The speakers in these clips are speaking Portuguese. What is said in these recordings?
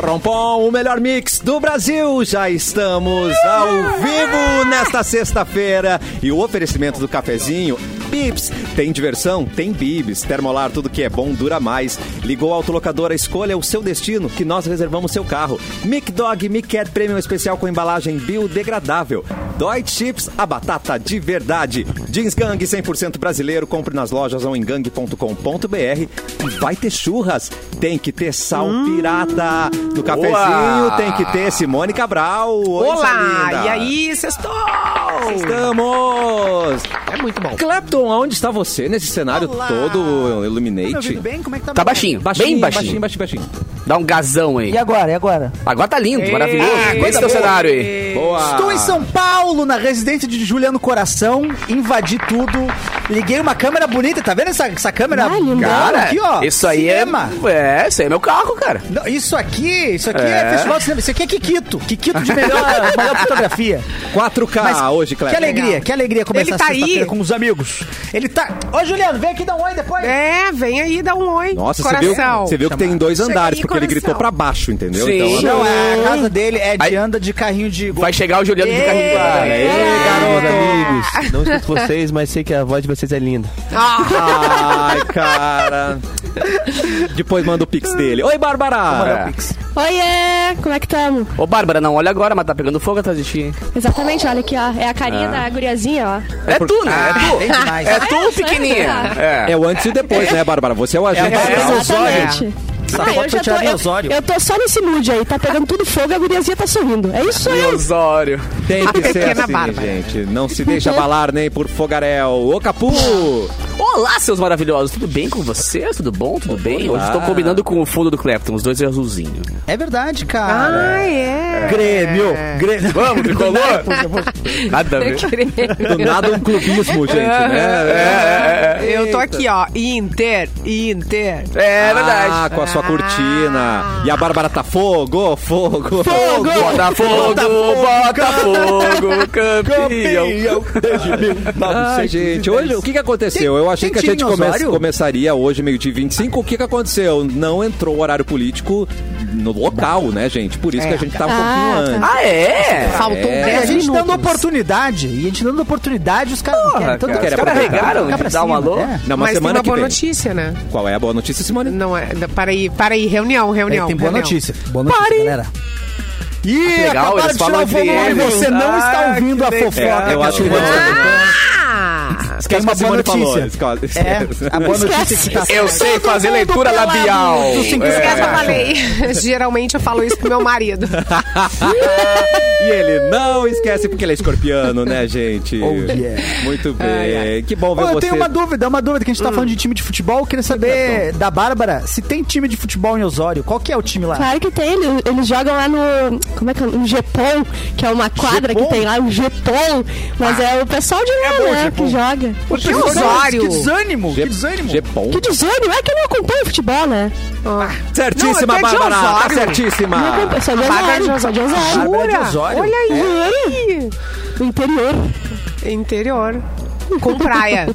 Rompom, o melhor mix do Brasil. Já estamos ao vivo nesta sexta-feira. E o oferecimento do cafezinho. Bips, tem diversão? Tem Bibs. Termolar, tudo que é bom dura mais. Ligou a autolocadora, escolha o seu destino, que nós reservamos seu carro. Mic Dog, Mic Cat Premium Especial com embalagem biodegradável. Deutsche Chips, a batata de verdade. Jeans Gang 100% brasileiro, compre nas lojas ou em gang.com.br. E vai ter churras, tem que ter sal Hum. pirata. No cafezinho Boa! tem que ter Simone Cabral. Oi, Olá! Salinda. E aí, sextou? Tá Estamos! É muito bom. Clapton, onde está você nesse cenário Olá. todo Illuminate? ouvindo bem? Como é que tá? Tá meu baixinho, Baixinho, bem baixinho. baixinho, baixinho. Dá um gazão aí. E agora? E agora? Agora tá lindo, Ei, maravilhoso. ah, Esse coisa é o boa. cenário aí. Boa! Estou em São Paulo, na residência de Juliano Coração. Invadi tudo. Liguei uma câmera bonita, tá vendo essa, essa câmera? Ah, Um lindão. Cara, aqui, ó. isso aí é... cinema. É, isso aí é meu carro, cara. Não, isso aqui, isso aqui é. É. festival de cinema. Isso aqui é Kikito. Kikito de melhor, melhor fotografia. 4K Mas Ah, hoje, que Cleber. alegria, que alegria começar Ele tá sexta-feira aí. com os amigos. Ele tá. Ô, Juliano, vem aqui dar um oi depois. É, vem aí, dá um oi. Nossa, você viu, coração. você viu que tem dois Chega andares, aí, porque ele coração. gritou pra baixo, entendeu? Sim. Então, Não, a casa dele é de Aí- anda de carrinho de. É. Vai chegar o Juliano de carrinho. Cara, dele. ei, garoto! amigos. Não escuto vocês, mas sei que a voz de vocês é linda. Ai, cara. Depois manda o pix dele. Oi, um Bárbara! Oiê, como é que tamo? É. Ô, Bárbara, não, olha agora, mas tá pegando fogo atrás de ti. hein? Exatamente, olha aqui, ó. É a carinha da guriazinha, ó. É tu, né? Bem É tu. demais. É tu, pequenininha. É. É o antes e o depois, né, Bárbara? Você é o agente. É, Tá, real. Bárbara. Exatamente. Ah, Essa foto eu, já foi tô, tirada em eu, Osório. eu tô só nesse mood aí, tá pegando tudo fogo e a guriazinha tá sorrindo. É isso aí. Osório. Tem que ser é. pequena assim, Bárbara. gente. Não se deixa abalar nem por fogarel. Ô, Capu! Olá, seus maravilhosos. Tudo bem com vocês? Tudo bom? Tudo bem? Hoje estou combinando com o fundo do Clapton, os dois é azulzinho. É verdade, cara. Ah, é. Grêmio, Grêmio. Vamos, tricolor? Nada a ver. Do nada um clubismo, gente, né? é, Eu tô aqui, ó. Inter, Inter. É verdade. Ah, com a sua cortina. E a Bárbara tá fogo, fogo. Fogo! Botafogo, Botafogo, campeão. Ai, Ah, gente, hoje o que, que aconteceu? Eu achei tem que a gente time em come- Osório? começaria hoje, meio-dia e 25. O que, que aconteceu? Não entrou o horário político no local, né, gente? Por isso que a gente tá um Ah, pouquinho antes. tá. Ah, é? Faltou É. É, a 10 gente Ah, minutos. dando oportunidade. E a gente dando oportunidade, os caras. não Porra, querem. Então, cara, os os caras caras regaram vão pra de dar um cima, alô? né? Não, mas Mas tem semana uma que boa vem. notícia, né? Qual é a boa notícia, Simone? Não é. Para aí, para aí, reunião, Tem, reunião. tem boa reunião. notícia. Boa notícia, galera. Ih, legal, acabaram eles de falam tirar o entre volume. eles. Você não Ah, está ouvindo a que legal. fofoca. É, eu acho que cara. Ah! Esquece Tem o uma que a Simone boa falou, notícia. esquece. É, a boa notícia é que tá Eu sei fazer leitura labial. Esquece que eu É. falei. Geralmente eu falo isso pro meu marido. E ele não esquece porque ele é escorpiano, né, gente? Oh, yeah. Muito bem. Que bom ver Ô, eu você. tenho uma dúvida, uma dúvida que a gente tá falando de time de futebol. Eu queria saber da Bárbara se tem time de futebol em Osório. Qual que é o time lá? Claro que tem, ele- eles jogam lá no. Como é que é? No Gepon, que é uma quadra Gepon? que tem lá, o Gepon. Mas é o pessoal de lá, bom, né, Gepon. que joga. O que Pessoal, Osório? Que desânimo, Ge- que desânimo. Gepon. Que desânimo, é que não acompanha o futebol, né? Ah, Certíssima, Não, é que é de Bárbara. Tá Osório. certíssima. Não acompanha, só de Bárbara de Osório, só de Osório. Osório. Bárbara é de jura? Osório? Olha aí. O interior, Interior. Com praia.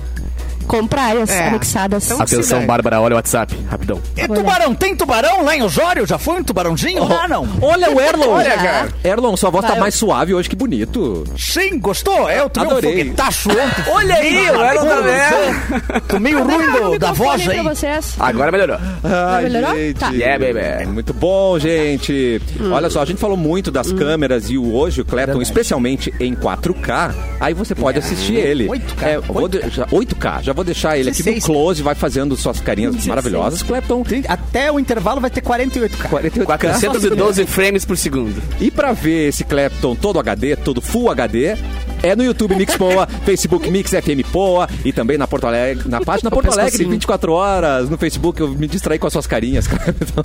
com praias É. anexadas. Então, Atenção, Cidade. Bárbara, olha o WhatsApp, rapidão. É tubarão, tem tubarão lá em Osório? Já foi um tubarãozinho? Ah, não. Olha o Erlon. Olha, cara. Erlon, sua voz tá Vai, eu- mais suave hoje, que bonito. Sim, gostou? É, eu tomei Adorei. um foguetaço ontem. Olha aí, o Erlon tá Tomei o ruim Cadê o do- da microfone voz aí pra aí. vocês? Agora melhorou. Ai, melhorou? gente. É Tá. Yeah, baby. Muito bom, gente. Olha só, a gente falou muito das câmeras e o- hoje o Clapton, especialmente em 4K, aí você pode assistir ele. 8K, É, eu vou 8K. de- já- 8K. Já vou deixar ele aqui no 16K. close, vai fazendo suas carinhas maravilhosas. Clapton, Até o intervalo vai ter 48, cara. 48K. 412 frames por segundo. E pra ver esse Clapton todo HD, todo Full HD, é no YouTube Mix Poa, Facebook Mix FM Poa e também na Porto Alegre, na página Porto Alegre, 24 horas, no Facebook. Eu me distraí com as suas carinhas, Clapton.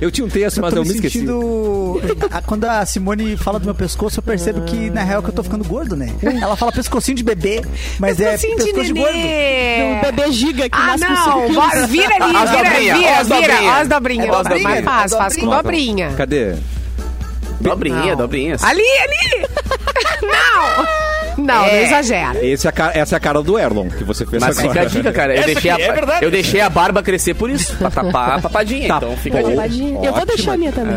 Eu tinha um texto, mas tô eu me me esqueci. sentindo... Ah, Quando a Simone fala do meu pescoço, eu percebo que, na real, que eu tô ficando gordo, né? Ela fala pescocinho de bebê, mas é Assim de pescoço de gordo. O nenê. bebê giga que Ah, nasce com cinco não. quilos. Bora, Vira ali, As vira, dobrinha, vira, as vira. dobrinha. As dobrinha. É dobrinha, Mas faz, é faz com dobrinha. dobrinha. Cadê? Dobrinha, Não. dobrinha. Ali, ali. Não. Não, não exagera. Esse é a cara, essa é a cara do Erlon que você fez Mas fica a agora. dica, cara. Eu deixei a, eu deixei a barba crescer por isso. Pra tapar a papadinha. Então fica a bom. dica. Tapadinha. Eu vou deixar a minha também.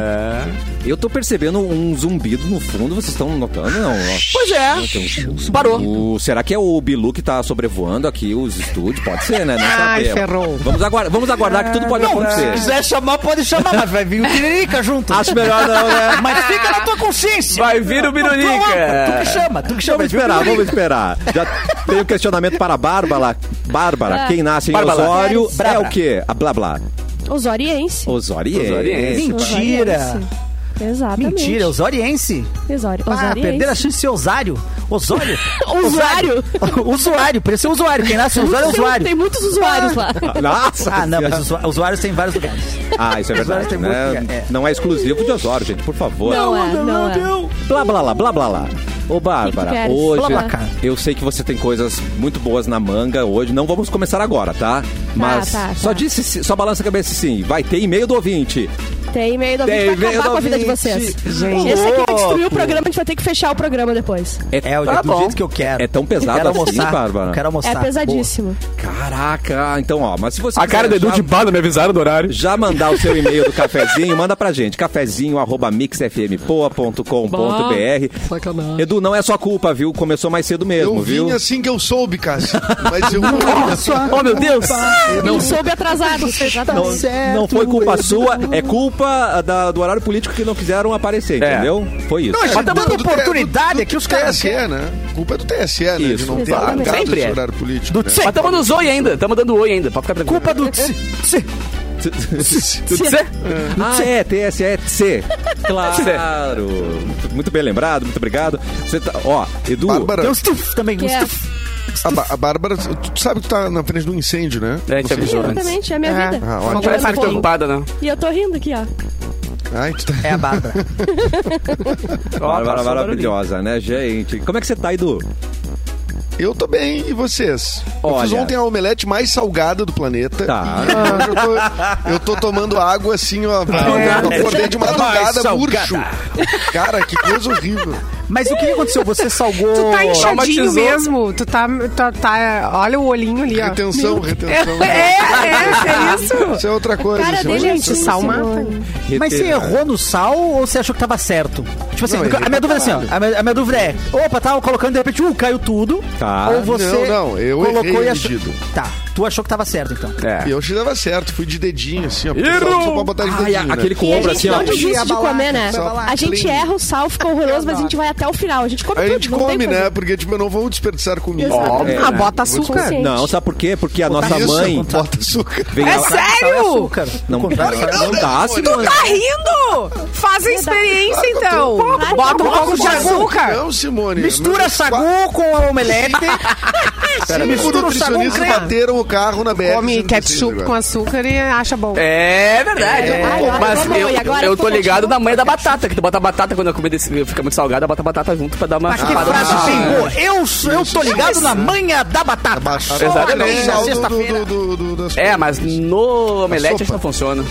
Eu tô percebendo um zumbido no fundo, vocês estão notando? Não, Pois é. Parou. O- será que é o Bilu que tá sobrevoando aqui os estúdios? Pode ser, né? Não Ai, sabemos. ferrou. Vamos, aguardar, vamos aguardar que tudo pode acontecer. quiser chamar, pode chamar, mas vai vir o Tiririca junto. Acho melhor não, né? Mas fica na tua consciência. Vai vir o Tu que Birurica. chama, tu que chama. Vamos esperar, vamos esperar. Já tem um questionamento para a Bárbara. Ah. Bárbara, quem nasce em Bárbara. Osório é Bárbara. o quê? A blá blá. Osoriense. Osoriense. Osoriense. Mentira. Osoriense. Exatamente. Mentira, osoriense. Osório. Ah, Osoriense. perderam a chance de ser osário. Osório? Usuário. usuário, precisa ser usuário. Quem nasce usuário é Tem- usuário. Tem muitos usuários lá. Nossa! Ah, não, mas usua- usuários tem em vários lugares. Ah, isso é verdade. Osório tem né? muito- é. Não é exclusivo de Osório, gente, por favor. Não é, não é. Blá blá lá, blá blá lá. Ô Que que Bárbara, queres? hoje Blá, blá, cara. eu sei que você tem coisas muito boas na manga hoje. Não vamos começar agora, tá? Mas tá, tá. só disse, se- só balança a cabeça sim. Vai ter e-mail do ouvinte. Tem e-mail do Tem ouvinte pra e-mail acabar do com a vida de ouvinte. vocês. Gente. Esse aqui vai destruir o Louco. programa, a gente vai ter que fechar o programa depois. É, o Tá do bom. jeito que eu quero. É tão pesado eu quero assim, almoçar. Bárbara? Eu quero almoçar. É pesadíssimo. Caraca, então ó, mas se você A cara do quiser Edu já- de bala me avisaram do horário. já mandar o seu e-mail do cafezinho, manda pra gente, cafezinho arroba mixfmpoa.com.br Sacanagem. Edu, não é sua culpa, viu? Começou mais cedo mesmo, Eu viu? vim assim que eu soube, Cássio. Mas eu assim Oh, meu Deus. Não soube atrasado. Não, Exatamente. não foi culpa sua, é culpa da- do horário político que não quiseram aparecer, É. entendeu? Foi isso. Mas Mas tá do- dando do- oportunidade aqui, os caras. TSE, né? Culpa é do TSE, né? Isso, de não ter exatamente. largado Sempre esse é. horário político. né? Mas tamo dando oi ainda. Tamo dando oi ainda. Pode ficar tranquilo. Culpa do. tsi- tsi- Cê? Ah, é, TSEC. Claro. Muito bem lembrado, muito obrigado. Você tá, ó, Edu, Bárbara, Tem um stuf também. um Que é. stuf. a, Ba- a Bárbara, tu tu sabe que tu tá na frente de um incêndio, né? É, a gente Não sei. avisou antes. Exatamente, é a minha É. vida. Ah, ótimo. Uma Não parece coisa estar boa. preocupada, não. E eu tô rindo aqui, ó. Ai, tu tá... É a Bárbara. Bárbara passou maravilhosa, né, gente? Como é que você tá, Edu? Eu tô bem, e vocês? Eu fiz Olha. ontem a omelete mais salgada do planeta. Tá. E hoje eu, tô, eu tô tomando água assim, ó. Eu acordei de madrugada, murcho. Cara, que coisa horrível. Mas o que aconteceu? Você salgou. Tu tá inchadinho Traumatizou. mesmo. Tu tá, tá, tá- Olha o olhinho ali, ó. Retenção, retenção. É, é, é isso. Isso é outra coisa. Cara isso é dele outra é Gente, coisa. sal Sim, mata. Mas você Reter- errou no sal ou você achou que tava certo? Tipo assim, Não, errei a minha dúvida é assim, ó. A minha, a minha dúvida é, opa, tava colocando de repente, uh, caiu tudo. Tá. Ou você Não, não, eu colocou errei e a achou. medida. Tá, tu achou que tava certo então. E É. eu achei que dava certo, fui de dedinho, assim, ó. porque Errou! só- Só pra botar de Ai, dedinho, né? aquele com E o a ombro gente assim, não ó. desiste de Abalar, comer, né? abalar. A gente Clean. erra, o sal fica horroroso, mas a gente vai até o final. A gente come Aí a tudo. gente não tem come, fazer. né? Porque, tipo, eu não vou desperdiçar comida. né? Óbvio. Ah, bota açúcar. Consciente. É, Não, sabe por quê? Porque a nossa Isso, mãe Bota açúcar. vem É a- Sal é sério? açúcar. Não, No não, contrário, sal é não dá, Simone. Tá rindo? Faz a experiência, então. Claro, Bota um bota pouco de um pouco. açúcar. Não, Simone. Mistura mas- sagu com a omelete. mistura Pera, mistura o sagu nutricionistas creme. bateram o carro na BR. Come ketchup com a... açúcar e acha bom. É verdade. É. Ai, agora Mas tá bom, eu, e agora eu eu tô tô ligado continuando. na manha da batata, que tu bota a batata quando a comida fica muito salgada, bota a batata junto pra dar uma Que chupada Ah, frase no- pegou? Eu, sou- eu tô ligado na manha da batata. Baixar Exatamente. o Na sal sexta-feira. do, do, do, do, das É, mas no omelete sopa. acho que não funciona.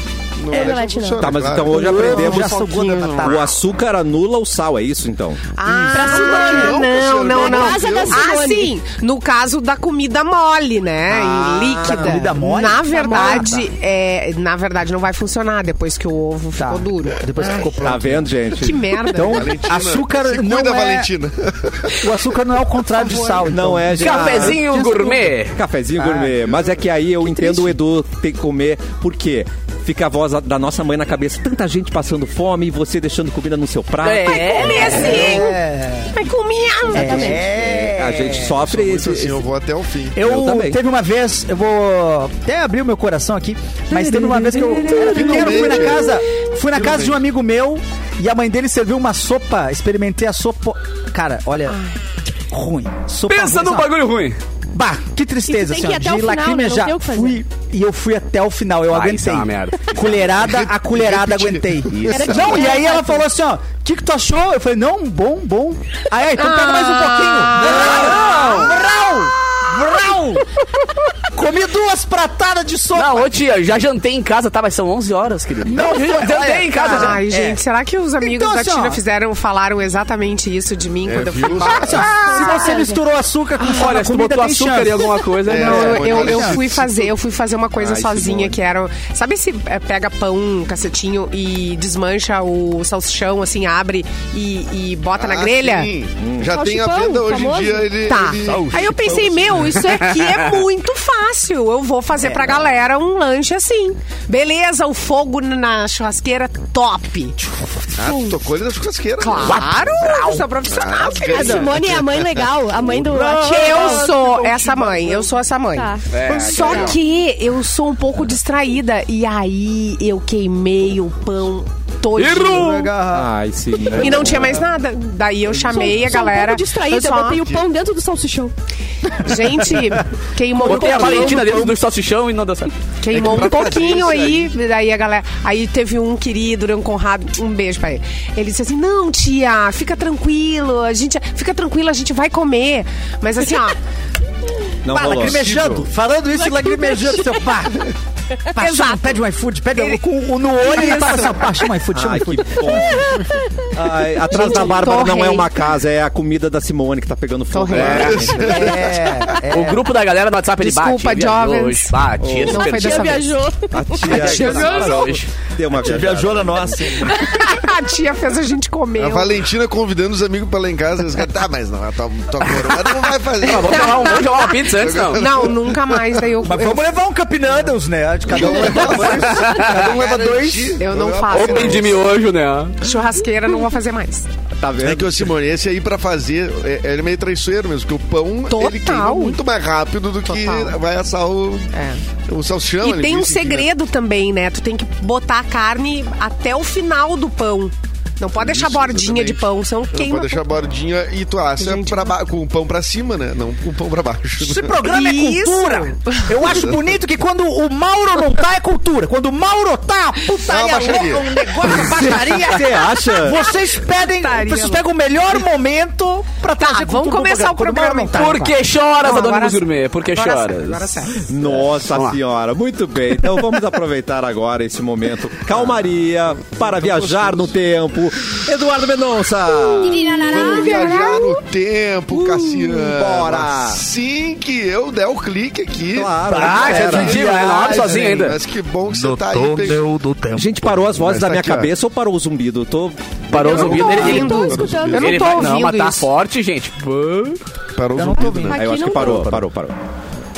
Não, É, não não, funciona, Tá, mas claro. então hoje Eu aprendemos. já sou boa da batata. O açúcar anula o sal, é isso então? Ah, Não, não, não, não, não. Casa da Ah, Simone. sim. No caso da comida mole, né? E líquida. comida mole? Na verdade, é, na verdade não vai funcionar depois que o ovo Tá. ficou duro. Depois que ficou Tá pronto. vendo, gente? Que merda. Então, Valentina, açúcar é. se não cuida, é... Valentina. O açúcar não é o contrário de sal. Não então. é, gente. Cafezinho gourmet. Cafezinho gourmet. Mas é que aí eu entendo o Edu ter que comer, por quê? Fica a voz da nossa mãe na cabeça. Tanta gente passando fome e você deixando comida no seu prato. Comer assim. É. Vai comer. É. A gente sofre Muito esse, assim, eu vou até o fim. Eu, Eu também. teve uma vez, eu vou até abrir o meu coração aqui, mas teve uma vez que eu era pequeno, fui na Finalmente. casa, fui na casa de um amigo meu e a mãe dele serviu uma sopa, experimentei a sopa, cara, olha, ruim. Sopa Pensa ruim, num sabe? bagulho ruim. Bah, que tristeza, Isso tem que ir senhora, até o de final, né? Não lacrimejar. tem o que fazer. fui e eu fui até o final, eu Ah, aguentei. isso é uma merda. Colherada a colherada aguentei. Repetir. Era de Não, e manhã, aí ela sabe? falou assim, ó, o que que tu achou? Eu falei, não, bom, bom. Aí, Ah! aí, então pega mais um pouquinho. Brau! Brau! Brau! Comi duas pratadas de sopa. Não, ô tia, já jantei em casa, tá? Mas são 11 horas, querido. Não, jantei em casa já. Ai, gente, será que os amigos Então, da assim, ó. Tina fizeram, falaram exatamente isso de mim quando eu fui viu? embora? Assim, ó, se você misturou açúcar com sal Olha, na se tu comida, botou tem açúcar chance. em alguma coisa, É. né? Não, eu, olha, eu, eu olha, fui isso- fazer, eu fui fazer uma coisa Ai, sozinha Simone. que era. Sabe se é, pega pão, cacetinho e desmancha o salsichão, assim, abre e, e bota Tá na Ah, grelha? Hum. sim. Já tem a Salchipão, venda hoje em famoso. dia. Ele, Tá. ele- Aí eu pensei, meu, isso aqui é muito fácil. Eu vou fazer É, pra galera um lanche assim. Beleza, o fogo na churrasqueira, top. Ah, tu tocou ele né? na churrasqueira. Claro, eu sou Ah, profissional, A querido. Simone é a mãe legal, a mãe do... a tia Eu do- sou essa mãe, eu sou essa mãe. Tá. É, Só que eu sou um pouco distraída. E aí eu queimei o pão todo. ah, Ai, sim. né? E não tinha mais nada. Daí eu chamei a Sou- sou um galera. pouco distraída, eu pessoal, botei o pão dentro do salsichão. Gente, queimou um Botei a pouquinho. Valentina dentro do salsichão e não deu certo. Queimou É que um pra fazer pouquinho isso aí, daí a galera. Aí teve um querido, um Conrado, um beijo pra ele. Ele disse assim: Não, tia, fica tranquilo, a gente. Fica tranquilo, a gente vai comer. Mas assim, ó. Não Pá, rolou. lagrimejando. Falando isso, e lagrimejando, seu pá. Pá, chama, pede um iFood, pede um, com o no olho e fala assim, ó, pá, chama um iFood, chama um Ai, que iFood. bom. Ai, atrás Gente, da eu Bárbara não é torrei. uma casa, é a comida da Simone que tá pegando fogo. Torrei. É. É, O grupo da galera do WhatsApp, ele bate. Desculpa, ele viajou jovens. hoje. Bate, esse Não foi perfil. dessa Tia vez. viajou. É, A tia, Tia viajou. deu uma viajada. Viajou na nossa. A tia fez a gente comer. A Valentina convidando os amigos pra lá em casa. eles falam, Tá, mas não, a tua, tua coroa não vai fazer. Tá Vamos jogar, um, vamos jogar uma pizza antes, não. Não, nunca mais. Daí eu, Mas eu, vamos levar um Cup Noodles, né? De Cada um leva dois. Cada um leva dois. Tá eu não Ou faço. tá tem de miojo, né? Churrasqueira, não vou fazer mais. Tá vendo? É que o Simone, esse aí pra fazer, é- ele é meio traiçoeiro mesmo, porque o pão Total. ele queima muito mais rápido do que Total. vai assar o, o salsichão. E ele tem um disse que, né? segredo também, né? Tu tem que botar a carne até o final do pão. Não pode deixar Isso, bordinha de exatamente. pão, senão Tu não queima. Pode deixar a bordinha e tu assa Gente, pra ba- com o pão pra cima, né? Não com o pão pra baixo. né? Esse programa é Isso. cultura. Eu acho bonito que quando o Mauro não tá, é cultura. Quando o Mauro tá, É putaria uma baixaria. louca, um negócio, uma Você baixaria. acha? Vocês pedem, Putaria vocês louca. pegam o melhor momento pra Tá, trazer vamos cultura pro começar o Quando programa, Mauro não tá, Por tá. que choras, Não, Adonis agora- Gourmet? Por que agora sério, agora choras? sério. Nossa senhora, muito bem. Então vamos aproveitar agora esse momento. Calmaria para viajar no tempo. Eduardo Mendonça. Vamos viajar no tempo, Cassiano. bora. Sim que eu der o clique aqui. Claro. Ah, era. você é ridículo, né? Não abre sozinho Ai, ainda. Mas que bom que você No tá aí. Pe... túnel do tempo. Gente, parou as vozes Mas da tá minha aqui, ó. cabeça ou parou o zumbido? Eu tô... Parou os um ouvidos. Ele, ele, Eu tô escutando. Eu não ele tô vai- Não, ouvindo mas tá isso. forte, gente. Pô. Parou o Eu não tô zumbido, ouvindo. né? Ah, eu Aqui acho que não parou, parou, parou.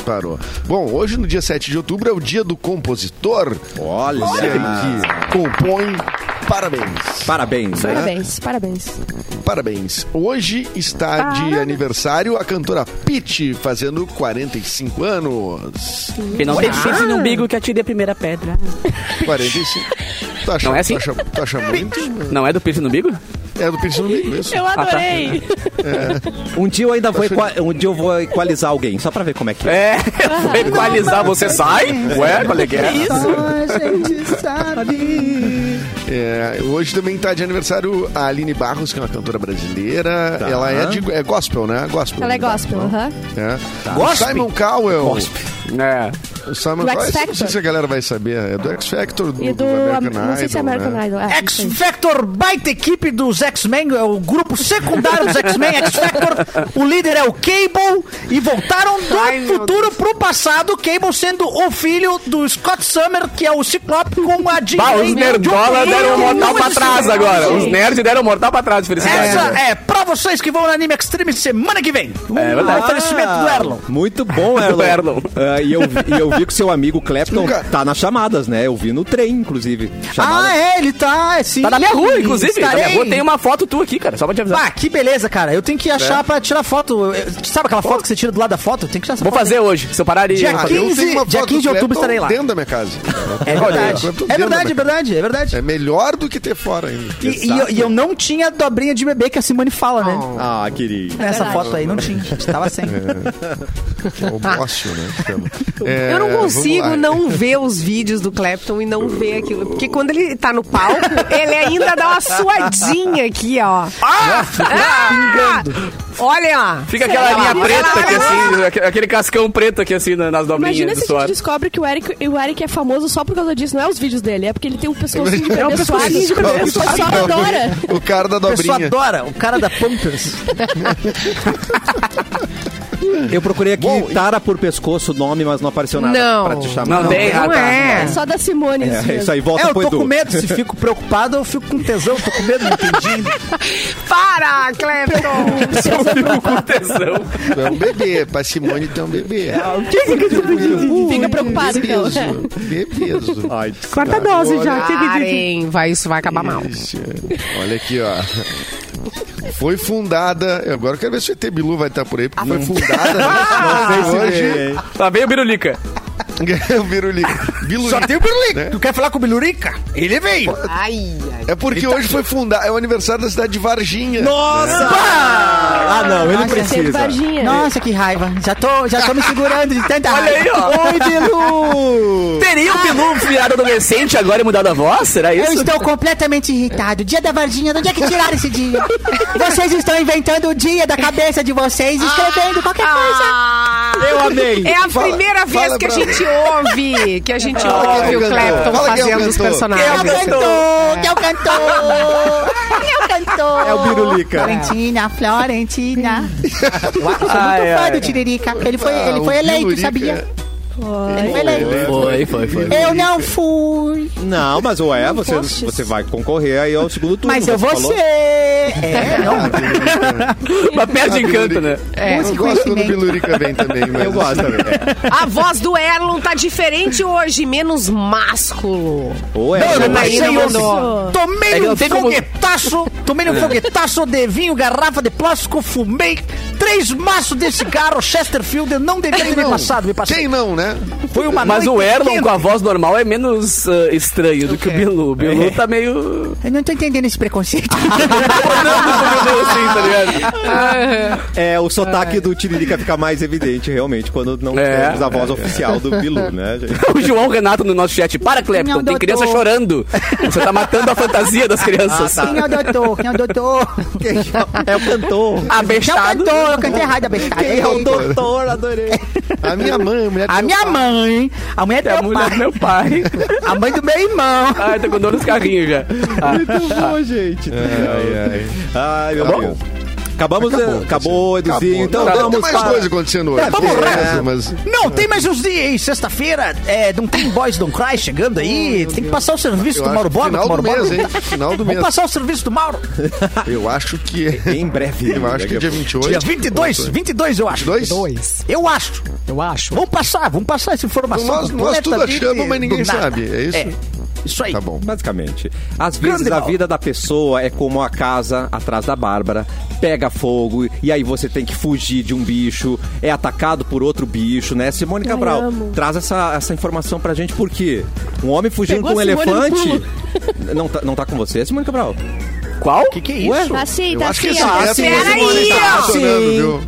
Parou. Bom, hoje no dia 7 de outubro é o dia do compositor. Olha, Você aí que compõe. Parabéns. Parabéns. né? Parabéns, parabéns. Parabéns. Hoje está de aniversário a cantora Pitty, fazendo 45 anos. Quem não tem chifre no umbigo que atire a primeira pedra. 45. Tu acha, Não é assim? Tu acha, tu acha muito? Não é do piercing no umbigo? É do Pitty no meio, isso. Eu tá. adorei. Um dia eu ainda vou, equa- um dia eu vou equalizar alguém, só pra ver como é que é. É, vou equalizar, você sai? Ué, qual é que é? É, hoje também está de aniversário a Aline Barros, que é uma cantora brasileira. Tá. Ela é, de, é gospel, né? Gospel. Ela é Aline Barros, gospel, não? aham. É. Tá. O Simon Cowell. É. O Simon Do X Cowell. esse eu Não sei Factor. se a galera vai saber. É do X Factor, do, E do. do American não sei se é Idol, American né? Idol. É, X não sei. Factor baita equipe dos X-Men, é o grupo secundário dos X-Men, X Factor, o líder é o Cable, e voltaram do Ai, meu futuro pro passado, Cable sendo o filho do Scott Summer, que é o Ciclope com a Jean Bah, Grey, os de um nerdolas período deram um que mortal não pra existia. trás agora. Os nerds deram um mortal pra trás, de felicidade. Essa é pra vocês que vão no Anime Extreme semana que vem. É verdade. Ah, Oferecimento do Erlon. Muito bom, Erlon. Do Erlon. Ah, e, eu, vi- e eu vi que seu amigo Clapton Nunca. tá nas chamadas, né? Eu vi no trem, inclusive. Ah, Chamada. é, ele tá, é, sim. Tá na minha rua, inclusive. Na minha Estarei. rua tem um- É. uma foto tua aqui, cara, só pra te avisar. Ah, que beleza, cara. Eu tenho que achar pra tirar foto. Eu- eu- sabe aquela foto que você tira do lado da foto? Eu tenho que tirar essa Vou foto. fazer hoje, se eu parar e... Dia Ah, eu 15 tenho uma dia foto 15 de do outubro Clapton estarei lá. Dentro da minha casa. É verdade. Olha, né, É verdade, é verdade, é verdade. É melhor do que ter fora ainda. E, e eu, e eu não tinha dobrinha de bebê que a Simone fala, né? Ah, querido. Nessa Verdade. É. foto aí, não tinha. Tava sem. É o bócio, né? Chama. É, Eu não É, vamos consigo lá. não ver os vídeos do Clapton e não ver aquilo. Porque quando ele tá no palco, ele ainda dá uma suadinha aqui, ó. Ah! Olha, ó. Fica aquela Olha lá, linha olha preta lá, olha aqui, lá. assim, aque- aquele cascão preto aqui, assim, na- nas Imagina tipo dobrinhas do se a gente suor. descobre que o Eric, o Eric é famoso só por causa disso. Não é os vídeos dele, é porque ele tem um pescocinho de bebê suado. pescocinho de bebê é O pessoal suado. adora. O cara da A pessoa dobrinha. adora, o cara da Pampers. Eu procurei aqui Bom, e- Tara por pescoço o nome, mas não apareceu nada Não. pra te chamar. Não tem, ah, Não tá. é. É só da Simone. isso É mesmo. isso aí, volta É, eu pro tô Edu. com medo, se fico preocupado, eu fico com tesão, tô com medo, não entendi. Para, Clapton. É um bebê. Pra Simone tem um bebê. Fica preocupado, então. Bebeso. Bebeso. Ai, Quarta dose já. Parem, vai, isso vai acabar mal. Isso. Olha aqui, ó. Foi fundada. Agora eu quero ver se o ET Bilu vai estar por aí, Ah, porque foi fundada. né? hoje. Lá vem o Birulica. é. o Birulica. Bilulica. né? Tu quer falar com o Bilurica? Ele veio. tá Ai, ai. É porque hoje foi fundada. É o aniversário da cidade de Varginha. Nossa! Ah, não, ele não Vai ser precisa. Varginha. Nossa, que raiva. Já tô, já tô me segurando de tanta raiva. aí, ó. Oi, Bilu. Teria o Bilu virado adolescente agora e mudado a voz? Será Eu isso? estou completamente irritado. Dia da Varginha, de onde é que tiraram esse dia? Vocês estão inventando o dia da cabeça de vocês, escrevendo qualquer coisa. Eu amei. É a Fala- primeira vez fala que a pra- gente ouve, que a gente Fala quem ouve o cantou. Clapton Fala quem fazendo os cantou. É o personagens. cantor, é o cantor. É o cantor. É o Birulica. Florentina, Florentina. Ah, Muito é, fã é. do Tiririca. Ele foi, Ah, ele o foi eleito, Bilurica. sabia? Ele foi eleito. Ele- Foi, foi, foi. Eu não fui, Não, mas ou é, você, foste. você vai concorrer aí ao segundo turno. mas eu vou você falou. ser. É, não. Mas perde encanto, né? É, eu gosto quando o Bilurica vem também. Mas Eu gosto também. É. A voz do Erlon tá diferente hoje, menos másculo. Ou é. Não, eu ou não é. Mas baixei não hoje. mandou. Tomei É que um não tem como- foguetaço, tomei um foguetaço de vinho, garrafa de plástico, fumei três maços de cigarro Chesterfield, eu não devia ter me passado, me passei. Quem não, né? Foi uma Mas noite o Erlon inteira. com a voz normal é menos ah, estranho do que o Bilu. O Bilu tá meio. Eu não tô entendendo esse preconceito. assim, tá É, o sotaque do Tiririca fica mais evidente realmente quando não É. temos a voz oficial do Bilu, né, gente? O João Renato no nosso chat. Para, Clepton, Não, tem doutor. criança chorando. Você tá matando a fantasia das crianças. Quem é o doutor? Quem é o doutor? É o cantor. Quem é o Abestado. doutor? Eu cantei errado, abestado. Quem é o doutor? Adorei. A minha mãe, a mulher do A meu minha pai. mãe, a mulher né? do É a meu mulher do pai, meu pai. a mãe do meu irmão. Ai, tô com dor nos carrinhos já. Ah, Muito bom, gente. É. Ai, ai. Ai, meu Tá bom? Deus. Acabamos, acabou, acabou Eduzinho. Então Acabou. Tá, vamos Tem mais para... coisa acontecendo hoje. É, vamos Tem lá. essa, mas... Não, tem mais uns dias. Sexta-feira, é, não tem Boys Don't Cry chegando aí. Tem que passar o serviço Eu do acho Mauro que Borba. final que o Mauro do Borba- mês, hein? Final do Vamos mês. passar o serviço do Mauro. Eu acho que é. Em breve. Eu acho que é dia 28. Dia 22, 22 eu acho. 22? Eu acho. Eu acho. Vamos passar, vamos passar essa informação Nós- nós completa tudo de- achamos, mas ninguém do nada. sabe, é isso? isso aí. Tá bom. Basicamente. Às vezes Grande a mal. vida da pessoa é como a casa atrás da Bárbara. Pega fogo e aí você tem que fugir de um bicho, é atacado por outro bicho, né? Simone Cabral, traz essa, essa informação pra gente, porque um homem fugindo Pegou com um a Simone no elefante. Não tá, não tá com você, Simone Cabral? Qual? O que, que é isso? Eu Aceita, acho que esse Ah, aceita. método peraí, aí ó. tá funcionando, Sim. viu?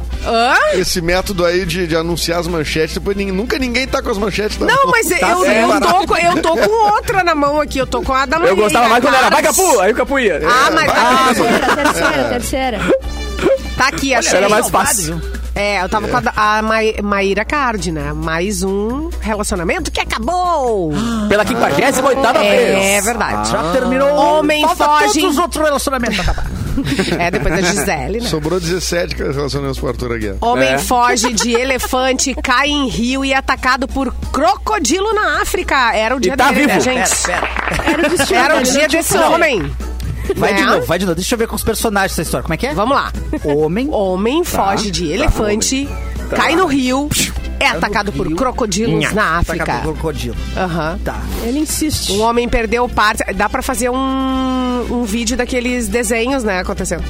Esse método aí de, de anunciar as manchetes, depois ninguém- nunca ninguém tá com as manchetes na Não, mão. é, mas eu, Tá eu, certo. tô, com- eu tô com outra na mão aqui, eu tô com a da Maria. Eu gostava mais quando era. É, Vai, Clara. Capu! Aí o Capu ia. Ah, mas Terceira, terceira, terceira. tá aqui, achei. Era mais fácil. É, eu tava com a, da- a Mai- Maíra Cardi, né? Mais um relacionamento que acabou. Pela 58 ª É vez. um, verdade. Já terminou. Homem Falta foge. todos os outros relacionamentos acabar. É depois da Gisele, né? Sobrou 17 relacionamentos pro Arthur Aguiar. Homem É. foge de elefante, cai em rio e é atacado por crocodilo na África. Era o dia tá dele, né, vivo. É, gente? Pera, pera. Era o destino. um Era o dele, dia não tinha desse como. homem. Vai de Né? novo, vai de novo. Deixa eu ver com os personagens essa história. Como é que é? Vamos lá. Homem. Tá. Homem foge de elefante, cai no rio, é atacado por rio. tá crocodilos na Atacado África. por crocodilo. Aham. Tá. Ele insiste. Um homem perdeu parte. Dá pra fazer um, um vídeo daqueles desenhos, né? Acontecendo.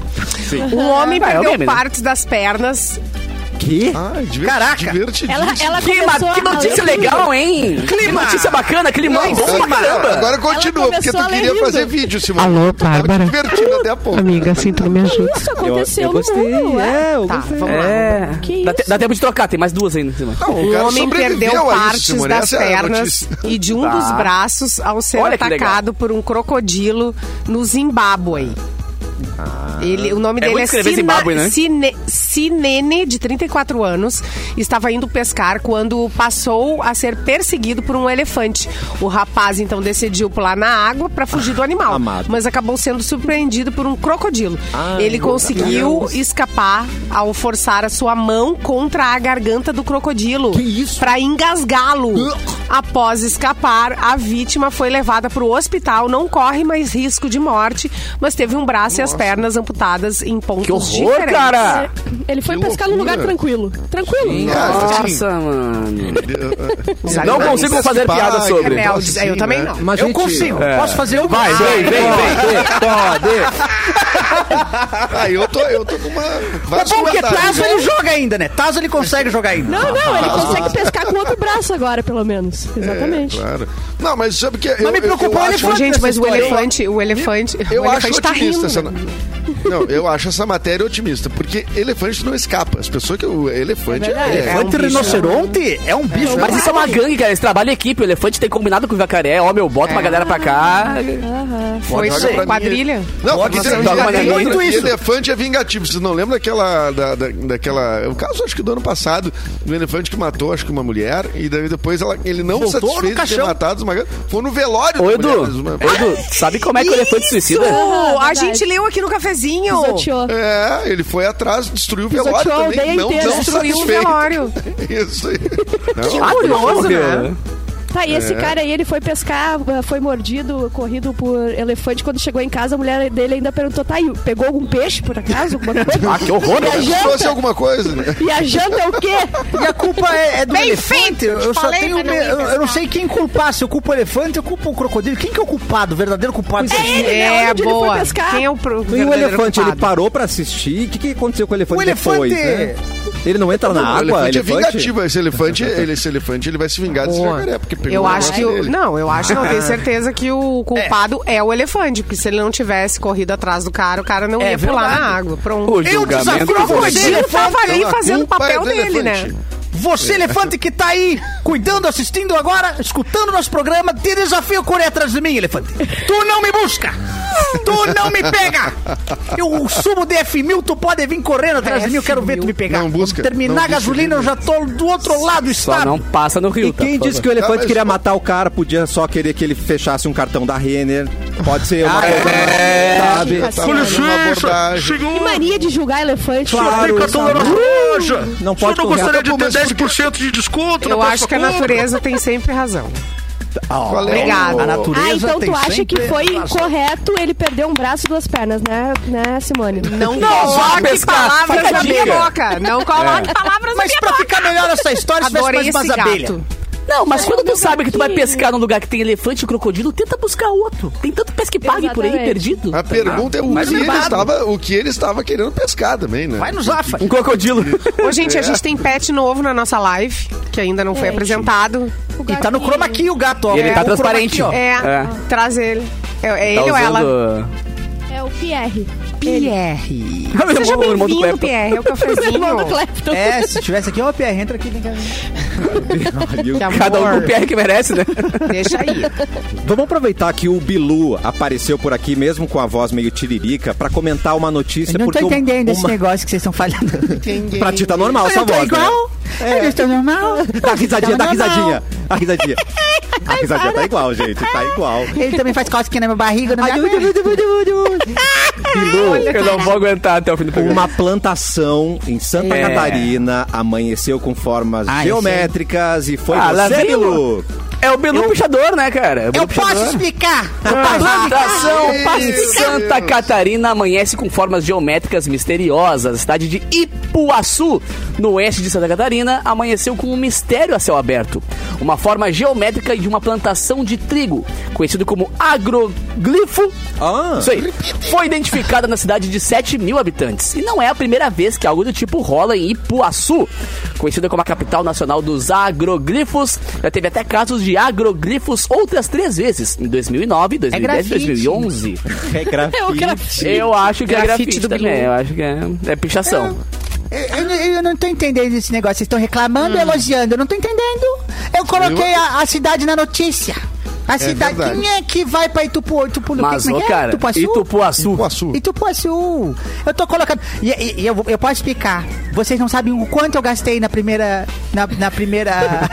Um homem Ah, é o perdeu meme, né? parte das pernas. Que? Ah, diver- Caraca. divertidíssimo. Ela, ela Clima, começou que a- notícia a- legal, hein? Clima. Que notícia bacana, climão bom pra caramba. Agora, agora continua, Ela porque tu começou a ler queria rindo. fazer vídeo, Simone. Alô, Bárbara. Divertido até a pouco. Isso aconteceu eu gostei, no mundo. é, eu Tá, gostei. vamos lá. É, É. Que Dá, isso? te- dá tempo de trocar, tem mais duas ainda. em cima. Não, O Tá, cara homem sobreviveu perdeu a isso, partes Simone, das essa é a pernas notícia. Tá. e de um dos braços ao ser Olha que atacado por um crocodilo no Zimbábue. Ah. Ele, o nome dele muito é escrever Sina, Zimbábue, né? Sine- Sinene, de 34 anos, estava indo pescar quando passou a ser perseguido por um elefante. O rapaz então decidiu pular na água para fugir Ah, do animal, Amado. mas acabou sendo surpreendido por um crocodilo. Ah, é Ai, Ele meu conseguiu escapar ao forçar a sua mão contra a garganta do crocodilo Que isso? para engasgá-lo. Após escapar, a vítima foi levada para o hospital, não corre mais risco de morte, mas teve um braço e as pernas amputadas em pontos Que horror, diferentes. cara! Ele foi Que pescar num loucura. lugar tranquilo. Tranquilo. Cara, assim, Nossa, mano. Os Não animais. consigo fazer Pai, piada sobre. Rebelde. Pode sim, eu também né? não. Mas, eu gente, é. consigo. Posso fazer um? Ah, eu? Vai, consigo. vem, vem, vem, vem. Ah, eu tô, eu tô com uma. É bom porque vasculataria. Tazo ele joga ainda, né? Tazo ele consegue jogar ainda. É um Não, não, ele consegue pescar com outro braço agora, pelo menos. Exatamente. Claro. Não, mas sabe que. eu- me eu- preocupou, eu ele acho- foi- Gente, mas o Eu- elefante, o elefante, Eu o acho né? elefante tá rindo. otimista essa. Não, eu acho essa matéria otimista, porque elefante não escapa. As pessoas que. O elefante. verdade. é- Elefante rinoceronte é um bicho. Mas isso é uma gangue, cara. Eles trabalham em equipe. O elefante tem combinado com o jacaré. Ó, meu, bota uma É. galera pra cá. Foi Joga pra mim. quadrilha? Não, Pode mas ser, ele- joga ele- pra ele- dentro ele- isso. elefante é vingativo. Vocês não lembram daquela. Da, da- daquela o caso, acho que do ano passado, do elefante que matou, acho que uma mulher, e daí depois ela- ele não Voltou no satisfeito de ter caixão. matado, esmagado, foi no velório Ô, da Edu, mulher, mas uma- ô, Edu, sabe como é que o elefante né? suicida? Pô, a verdade. gente leu aqui no cafezinho. Pisoteou. É, ele foi atrás, destruiu o velório Pisoteou a também, aldeia não, inteira. não Destruiu o satisfeito. velório. Isso aí. Não, é Ah, Curioso, meu. né? Tá, e esse cara aí, ele foi pescar, eh, foi mordido, corrido por elefante. Quando chegou em casa, a mulher dele ainda perguntou: tá, e pegou algum peixe, por acaso? Alguma coisa? Ah, que horror, né? E a se fosse janta? alguma coisa, né? E a janta é o quê? E a culpa é, é do Bem elefante. feito, te eu só falei assim, tenho. pra não me- ir eu, eu não pescar. sei quem culpar. Se eu culpo o elefante, eu culpo o crocodilo. Quem que é o culpado, o verdadeiro culpado? disso aqui? ele, né? Onde É, ele foi boa. pescar? Quem é o pro- E o verdadeiro elefante, ele culpado? parou pra assistir? O que, que aconteceu com o elefante O depois? elefante- né? Ele não entra na O água? elefante é vingativo. Esse elefante, ele, esse elefante ele vai se vingar desse Boa. jacaré, porque pegou eu o acho que negócio o, dele. É. não, eu acho, não tenho certeza que o culpado é. o elefante, porque se ele não tivesse corrido atrás do cara, o cara não É ia pular verdade. na água. Pronto. O julgamento desafio foi- você. crocodilo tava ali Então, a fazendo o culpa é papel do dele, elefante. né? É. Você, elefante que tá aí cuidando, assistindo agora, escutando nosso programa, te desafio a correr atrás de mim, elefante. Tu não me busca! Tu não me pega! Eu subo de F1000, tu pode vir correndo atrás de mim, eu quero ver tu me pegar. Não busca, Quando terminar não a gasolina, eu já tô do outro lado do Só Tá. estado. não passa no rio, E quem tá? disse que o elefante Tá, mas- queria matar o cara podia só querer que ele fechasse um cartão da Renner? Pode ser uma coisa, sabe? Já tá fazendo uma abordagem. Que mania de julgar elefante. Claro, Tem um cartão sabe? lá na loja. Não O pode senhor não correr. gostaria Tá de Pô, ter mas por que- 10% de desconto na Eu próxima acho que é a compra? natureza tem sempre razão. Qual é o- Obrigada. A natureza Ah, então tem tu acha que sempre foi razão. correto ele perder um braço e duas pernas, né, né Simone? Não, vá coloque pescar, palavras fica a na minha dica. boca. Não coloque palavras na Mas minha pra boca. ficar melhor essa história, se tivesse Adorei mais umas esse abelhas. É um gato. Não, mas quando tu Não, sabe que tu vai aqui. pescar num lugar que tem elefante e crocodilo, tenta buscar outro. Tem tanto pesque pague por aí Exatamente. perdido. Ah, A pergunta é o Mas que, ele errado. estava, o que ele estava querendo pescar também, né? Vai no Zafa. Um crocodilo. Ô, gente, a gente tem pet novo na nossa live, que ainda não foi Gente. apresentado. E tá no chroma key o gato, ó. E ele tá O chroma transparente. key, ó. É, É. traz ele. É, é tá ele ou ela? usando... É o Pierre. Pierre. Meu Seja irmão- irmão do Clepton. bem-vindo, Pierre. É o cafezinho. Irmão do Clepton. É, se tivesse aqui, ó, Pierre, entra aqui. vem cá. Que amor. Cada um com o PR que merece, né? Deixa aí. Vamos aproveitar que o Bilu apareceu por aqui, mesmo com a voz meio tiririca, pra comentar uma notícia. Eu não tô porque um- entendendo esse uma- negócio que vocês estão falando. Pra ti tá normal essa eu tô voz, igual? né? É. Eu estou normal? Dá risadinha, dá Tá normal. risadinha. A risadinha. A risadinha tá igual, gente. Tá igual. Ele também faz cosquinha na minha barriga, na minha... Bilu, eu não vou aguentar até o fim do programa. Uma plantação em Santa É. Catarina amanheceu com formas Ah, eu sei. geométricas e foi Ah, lá você, vem Bilu. É o Bilu puxador, né, cara? É o Bilu Eu posso puxador. explicar? A plantação Ah, tá Meu Passo de Deus. Santa Catarina amanhece com formas geométricas misteriosas. A cidade de Ipuaçu, no oeste de Santa Catarina, amanheceu com um mistério a céu aberto. Uma forma geométrica de uma plantação de trigo, conhecido como agroglifo. Ah. Isso aí. Foi identificada na cidade de 7 mil habitantes. E não é a primeira vez que algo do tipo rola em Ipuaçu, conhecida como a capital nacional dos agroglifos. Já teve até casos de agroglifos outras três vezes, em É 2009, 2010 e 2011. É grafite. É o grafite. Eu acho que é Grafite grafite do também. Bilu. Eu acho que é, é pichação. Eu, eu- eu eu não tô entendendo esse negócio. Vocês estão reclamando e elogiando. Eu não tô entendendo. Eu coloquei Eu- a, a cidade na notícia. A cidade. verdade. Quem é que vai pra Itupu, Itupu, Mas, como ô, é que é? cara, Itupuaçu? Itupuaçu. Iguaçu. tá Itupuaçu. Eu tô colocando. E, e- e eu, vou- eu posso explicar. Vocês não sabem o quanto eu gastei na primeira, na, na primeira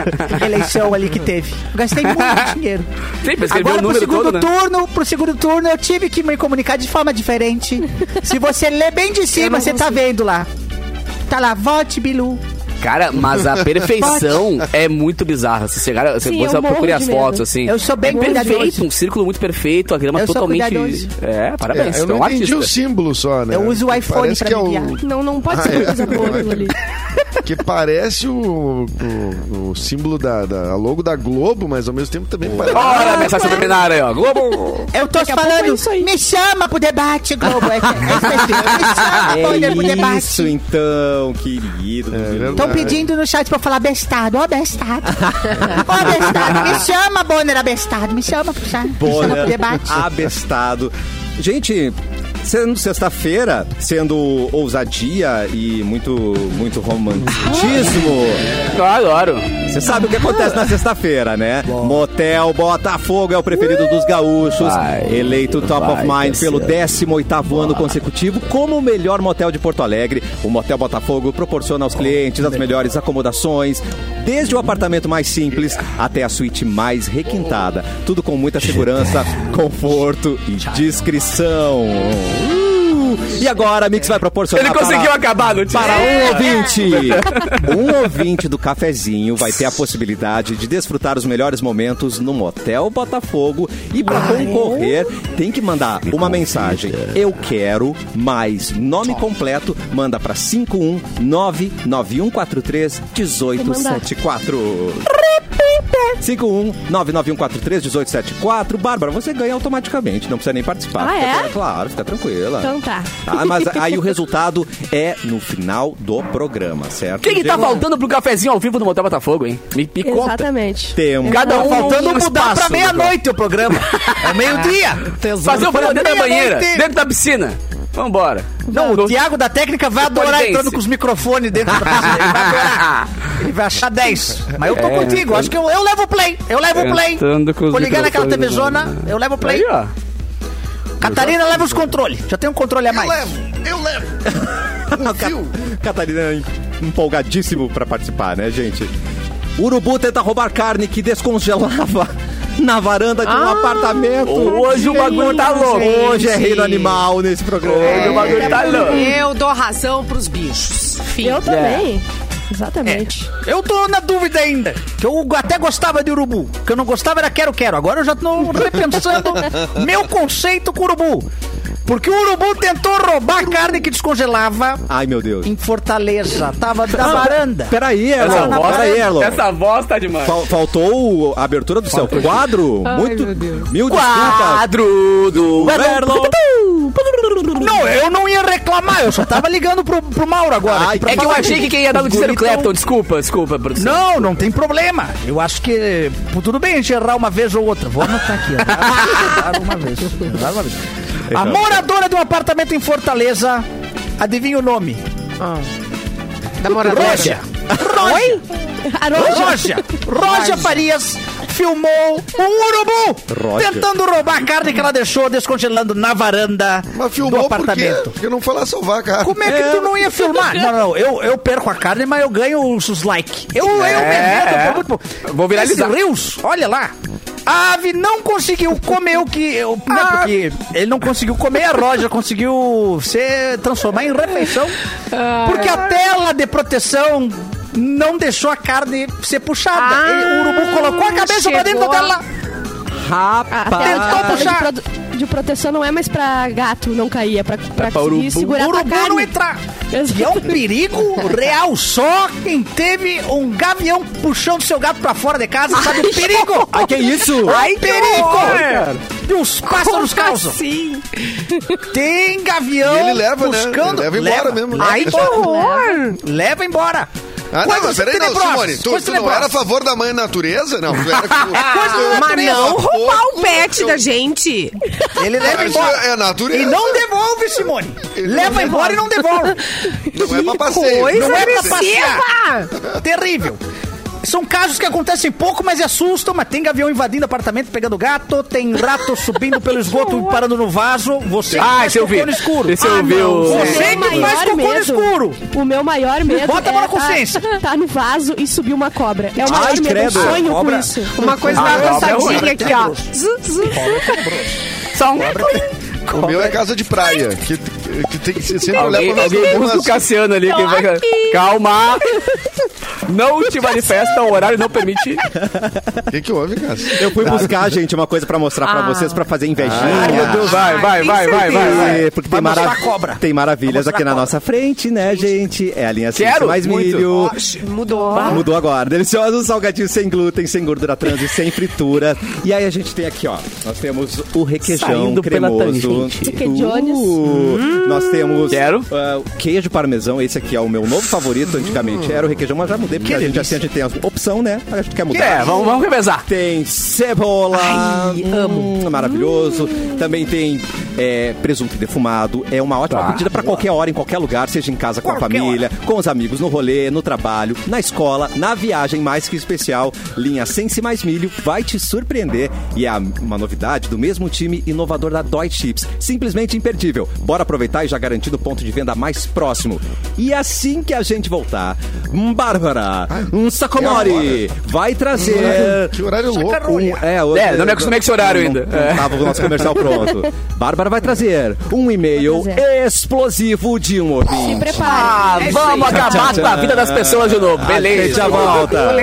eleição ali que teve. Eu gastei muito dinheiro. Sim, pra escrever Agora, o número pro segundo todo, né? turno, pro segundo turno, eu tive que me comunicar de forma diferente. Se você lê bem de cima, você tá vendo lá. Tá lá, vote, Bilu. Cara, mas a perfeição é muito bizarra. Se chegar, você Sim, você eu morro procure de as medo. fotos, assim. Eu sou bem é perfeito, cuidadoso. um círculo muito perfeito, a grama Eu sou totalmente. cuidadoso. É, parabéns. É, eu tu é um não entendi artista. o símbolo só, né? Eu uso o Que iPhone parece pra que é me o- guiar. Não, não pode Ah, ser é. uma coisa boa aquilo ali. Que parece o, o, o símbolo da, da- a logo da Globo, mas ao mesmo tempo também parece. Ora, mensagem subliminar aí, ó. Globo! Eu tô a pouco é falando, isso aí. me chama pro debate, Globo. É, é específico. me Ah, chama Potter, pro É isso debate. então, querido. verdade. Então, Estão pedindo no chat pra eu falar bestado. Ó, bestado. Ó, bestado. Me chama, Bonner, abestado. Me chama pro chat. é Me chama pro Bonner, debate. abestado. Gente, sendo sexta-feira, sendo ousadia e muito, muito romantismo, Claro, claro. você sabe o que acontece na sexta-feira, né? Motel Botafogo é o preferido dos gaúchos, Vai, eleito top vai, of mind pelo Cassiano. 18º ano consecutivo como o melhor motel de Porto Alegre. O Motel Botafogo proporciona aos clientes as melhores acomodações, desde o apartamento mais simples até a suíte mais requintada. Tudo com muita segurança, conforto e discrição. Uh! E agora a Mix vai proporcionar Ele conseguiu para, acabar, não tinha? para um É. ouvinte. Um ouvinte do cafezinho vai ter a possibilidade de desfrutar os melhores momentos no Motel Botafogo e para concorrer tem que mandar uma mensagem. Eu quero mais nome completo, manda um para 51991431874. 51991431874. Bárbara, você ganha automaticamente, não precisa nem participar. Ah, Fica- é? Claro, fica tranquila. Então tá. Ah, mas aí o resultado é no final do programa, certo? O que, que tá Diego? faltando pro cafezinho ao vivo do Motel Botafogo, hein? Me, me conta. Exatamente. Tempo. Cada um Faltando um mudar espaço, pra meia-noite o programa. É meio-dia. Fazer o programa dentro da banheira, Meia-noite. dentro da piscina. Vambora. Não, o Thiago da técnica vai adorar Polidense. entrando com os microfones dentro da casa. Ele vai adorar. Ele vai achar 10. Mas eu tô É, contigo. entrando- Acho que eu, eu levo o play. Eu levo o play. Entrando com os Vou ligar naquela TV microfones na zona. Eu levo o play. Aí, ó. Catarina leva os controles. Já tem um controle a mais. Eu levo. Catarina é empolgadíssimo pra participar, né, gente? Urubu tenta roubar carne que descongelava na varanda de um Ah! apartamento. Hoje o bagulho tá louco. Hoje é reino animal nesse programa. Hoje o bagulho tá louco. É, Eu dou razão pros bichos. Fim. É. Eu também. Exatamente. Eu tô na dúvida ainda. Que eu até gostava de urubu. O que eu não gostava era quero-quero. Agora eu já tô repensando meu conceito com urubu. Porque o urubu tentou roubar a carne que descongelava Ai, meu Deus. em Fortaleza. Tava na varanda. Peraí, Essa Erlon. voz, Peraí, Erlon. essa voz tá demais. Fal- Faltou o- a abertura do seu quadro. Muito. Mil desculpas. Quadro do Erlon. Não, eu não ia reclamar. Eu só tava ligando pro, pro Mauro agora. Ai, pra É que eu falar achei que quem ia dar notícia era o Clapton. Desculpa, desculpa, produção. Não, não tem problema. Eu acho que. pô, Tudo bem a gente errar uma vez ou outra. Vou anotar aqui. ó. Errar uma vez. Errar uma vez. A moradora de um apartamento em Fortaleza. Adivinha o nome? Da moradora. Roja. Roja. Roja. Roja Farias filmou um urubu Roja. tentando roubar a carne que ela deixou descongelando na varanda Mas do filmou por quê? apartamento. Porque não foi lá salvar, cara. Como é que tu não ia filmar? Não, não, eu, eu perco a carne, mas eu ganho os, os likes. Eu, eu me meto, eu tô muito... Vou viralizar. Esse Reels, olha lá. A ave não conseguiu comer o que... Eu, né, porque ele não conseguiu comer a roja, conseguiu se transformar em refeição. Porque a tela de proteção não deixou a carne ser puxada. Ah, Ele- o urubu colocou a cabeça pra dentro da chegou a- tela. A tela- Tentou a tela puxar. Ah, De, produ- de proteção não é mais pra gato não cair, é pra, pra, conseguir segurar O a tua urubu não carne. entrar. Exato. E é um perigo real. Só quem teve um gavião puxando seu gato pra fora de casa sabe o perigo. Ai, que isso? Ai, horror! perigo! Que os pássaros causam. assim? Sim. Tem E gavião ele leva, né? buscando. Ele leva embora mesmo, né? Ai, que horror! Leva embora. Ah, não, Coisas mas peraí, não, tenebrosas, Simone. Tu, coisas tu não tenebrosas. era a favor da mãe natureza? Não, tu era. Ah, mas não roubar o pet eu- da gente. Ele leva Mas embora. é natureza. E não devolve, Simone. Ele Leva não embora e não devolve. Não é pra passeio. Coisa não é pra agressiva. passeio. agressiva. Terrível. São casos que acontecem pouco, mas assustam. Mas tem gavião invadindo apartamento, pegando gato. Tem rato subindo pelo esgoto, parando no vaso. Você que Ah, faz esse eu vi. cocô no escuro. Esse eu Ah, vi, não. o- Você O meu que faz maior cocô no medo- escuro. O meu maior medo Bota a mão é na consciência. Tá, tá no vaso e subir uma cobra. É o maior Ai, medo, credo. eu sonho Cobra. com isso. Uma coisa Ah, da não, roçadinha não, aqui, ó. Zu, zu, zu. Só um. O meu é casa de praia. Que, que tem que ser sempre Alguém, olhar pra alguém busca o umas... Cassiano ali. Quem vai... Calma! Não te manifesta, o horário não permite. O que, que houve, Ah, Cássio? Eu fui buscar, gente, uma coisa pra mostrar Ah. pra vocês, pra fazer invejinha. Ai, meu Deus, vai, vai, vai, vai, vai. vai. E- porque tem, Vai mostrar marav- cobra. tem maravilhas aqui na nossa frente, né, gente? É a linha Ciência Quero mais muito. Ah, milho. Mudou. Mudou agora. Deliciosos salgadinhos sem glúten, sem gordura trans e sem fritura. E aí a gente tem aqui, ó. Nós temos o requeijão Saindo pela cremoso. tangente. Requeijões. Uh, Nós temos Quero. ah, o queijo parmesão. Esse aqui é o meu novo favorito. Antigamente era o requeijão, mas já mudei. Porque a gente, assim, a gente tem a opção, né? A gente quer mudar. É, vamos, vamos revezar. Tem cebola. amo. maravilhoso. Também tem é, presunto defumado. É uma ótima pedida para qualquer hora, em qualquer lugar, seja em casa com Qualquer a família, com os amigos, no rolê, no trabalho, na escola, na viagem mais que especial. Linha Sense Mais Milho vai te surpreender. E é a- uma novidade do mesmo time inovador da Dói Chips. Simplesmente imperdível. Bora aproveitar e já garantir o ponto de venda mais próximo. E assim que a gente voltar, Bárbara, um Sacomori vai trazer Que horário louco. um- é, o- É, não me acostumei com esse horário não- ainda. Não, É. tava o nosso comercial pronto. Bárbara vai trazer um e-mail Vou trazer. explosivo de um ouvinte. Se prepare. Ah, vamos acabar com a vida das pessoas de novo. A gente Beleza. já volta.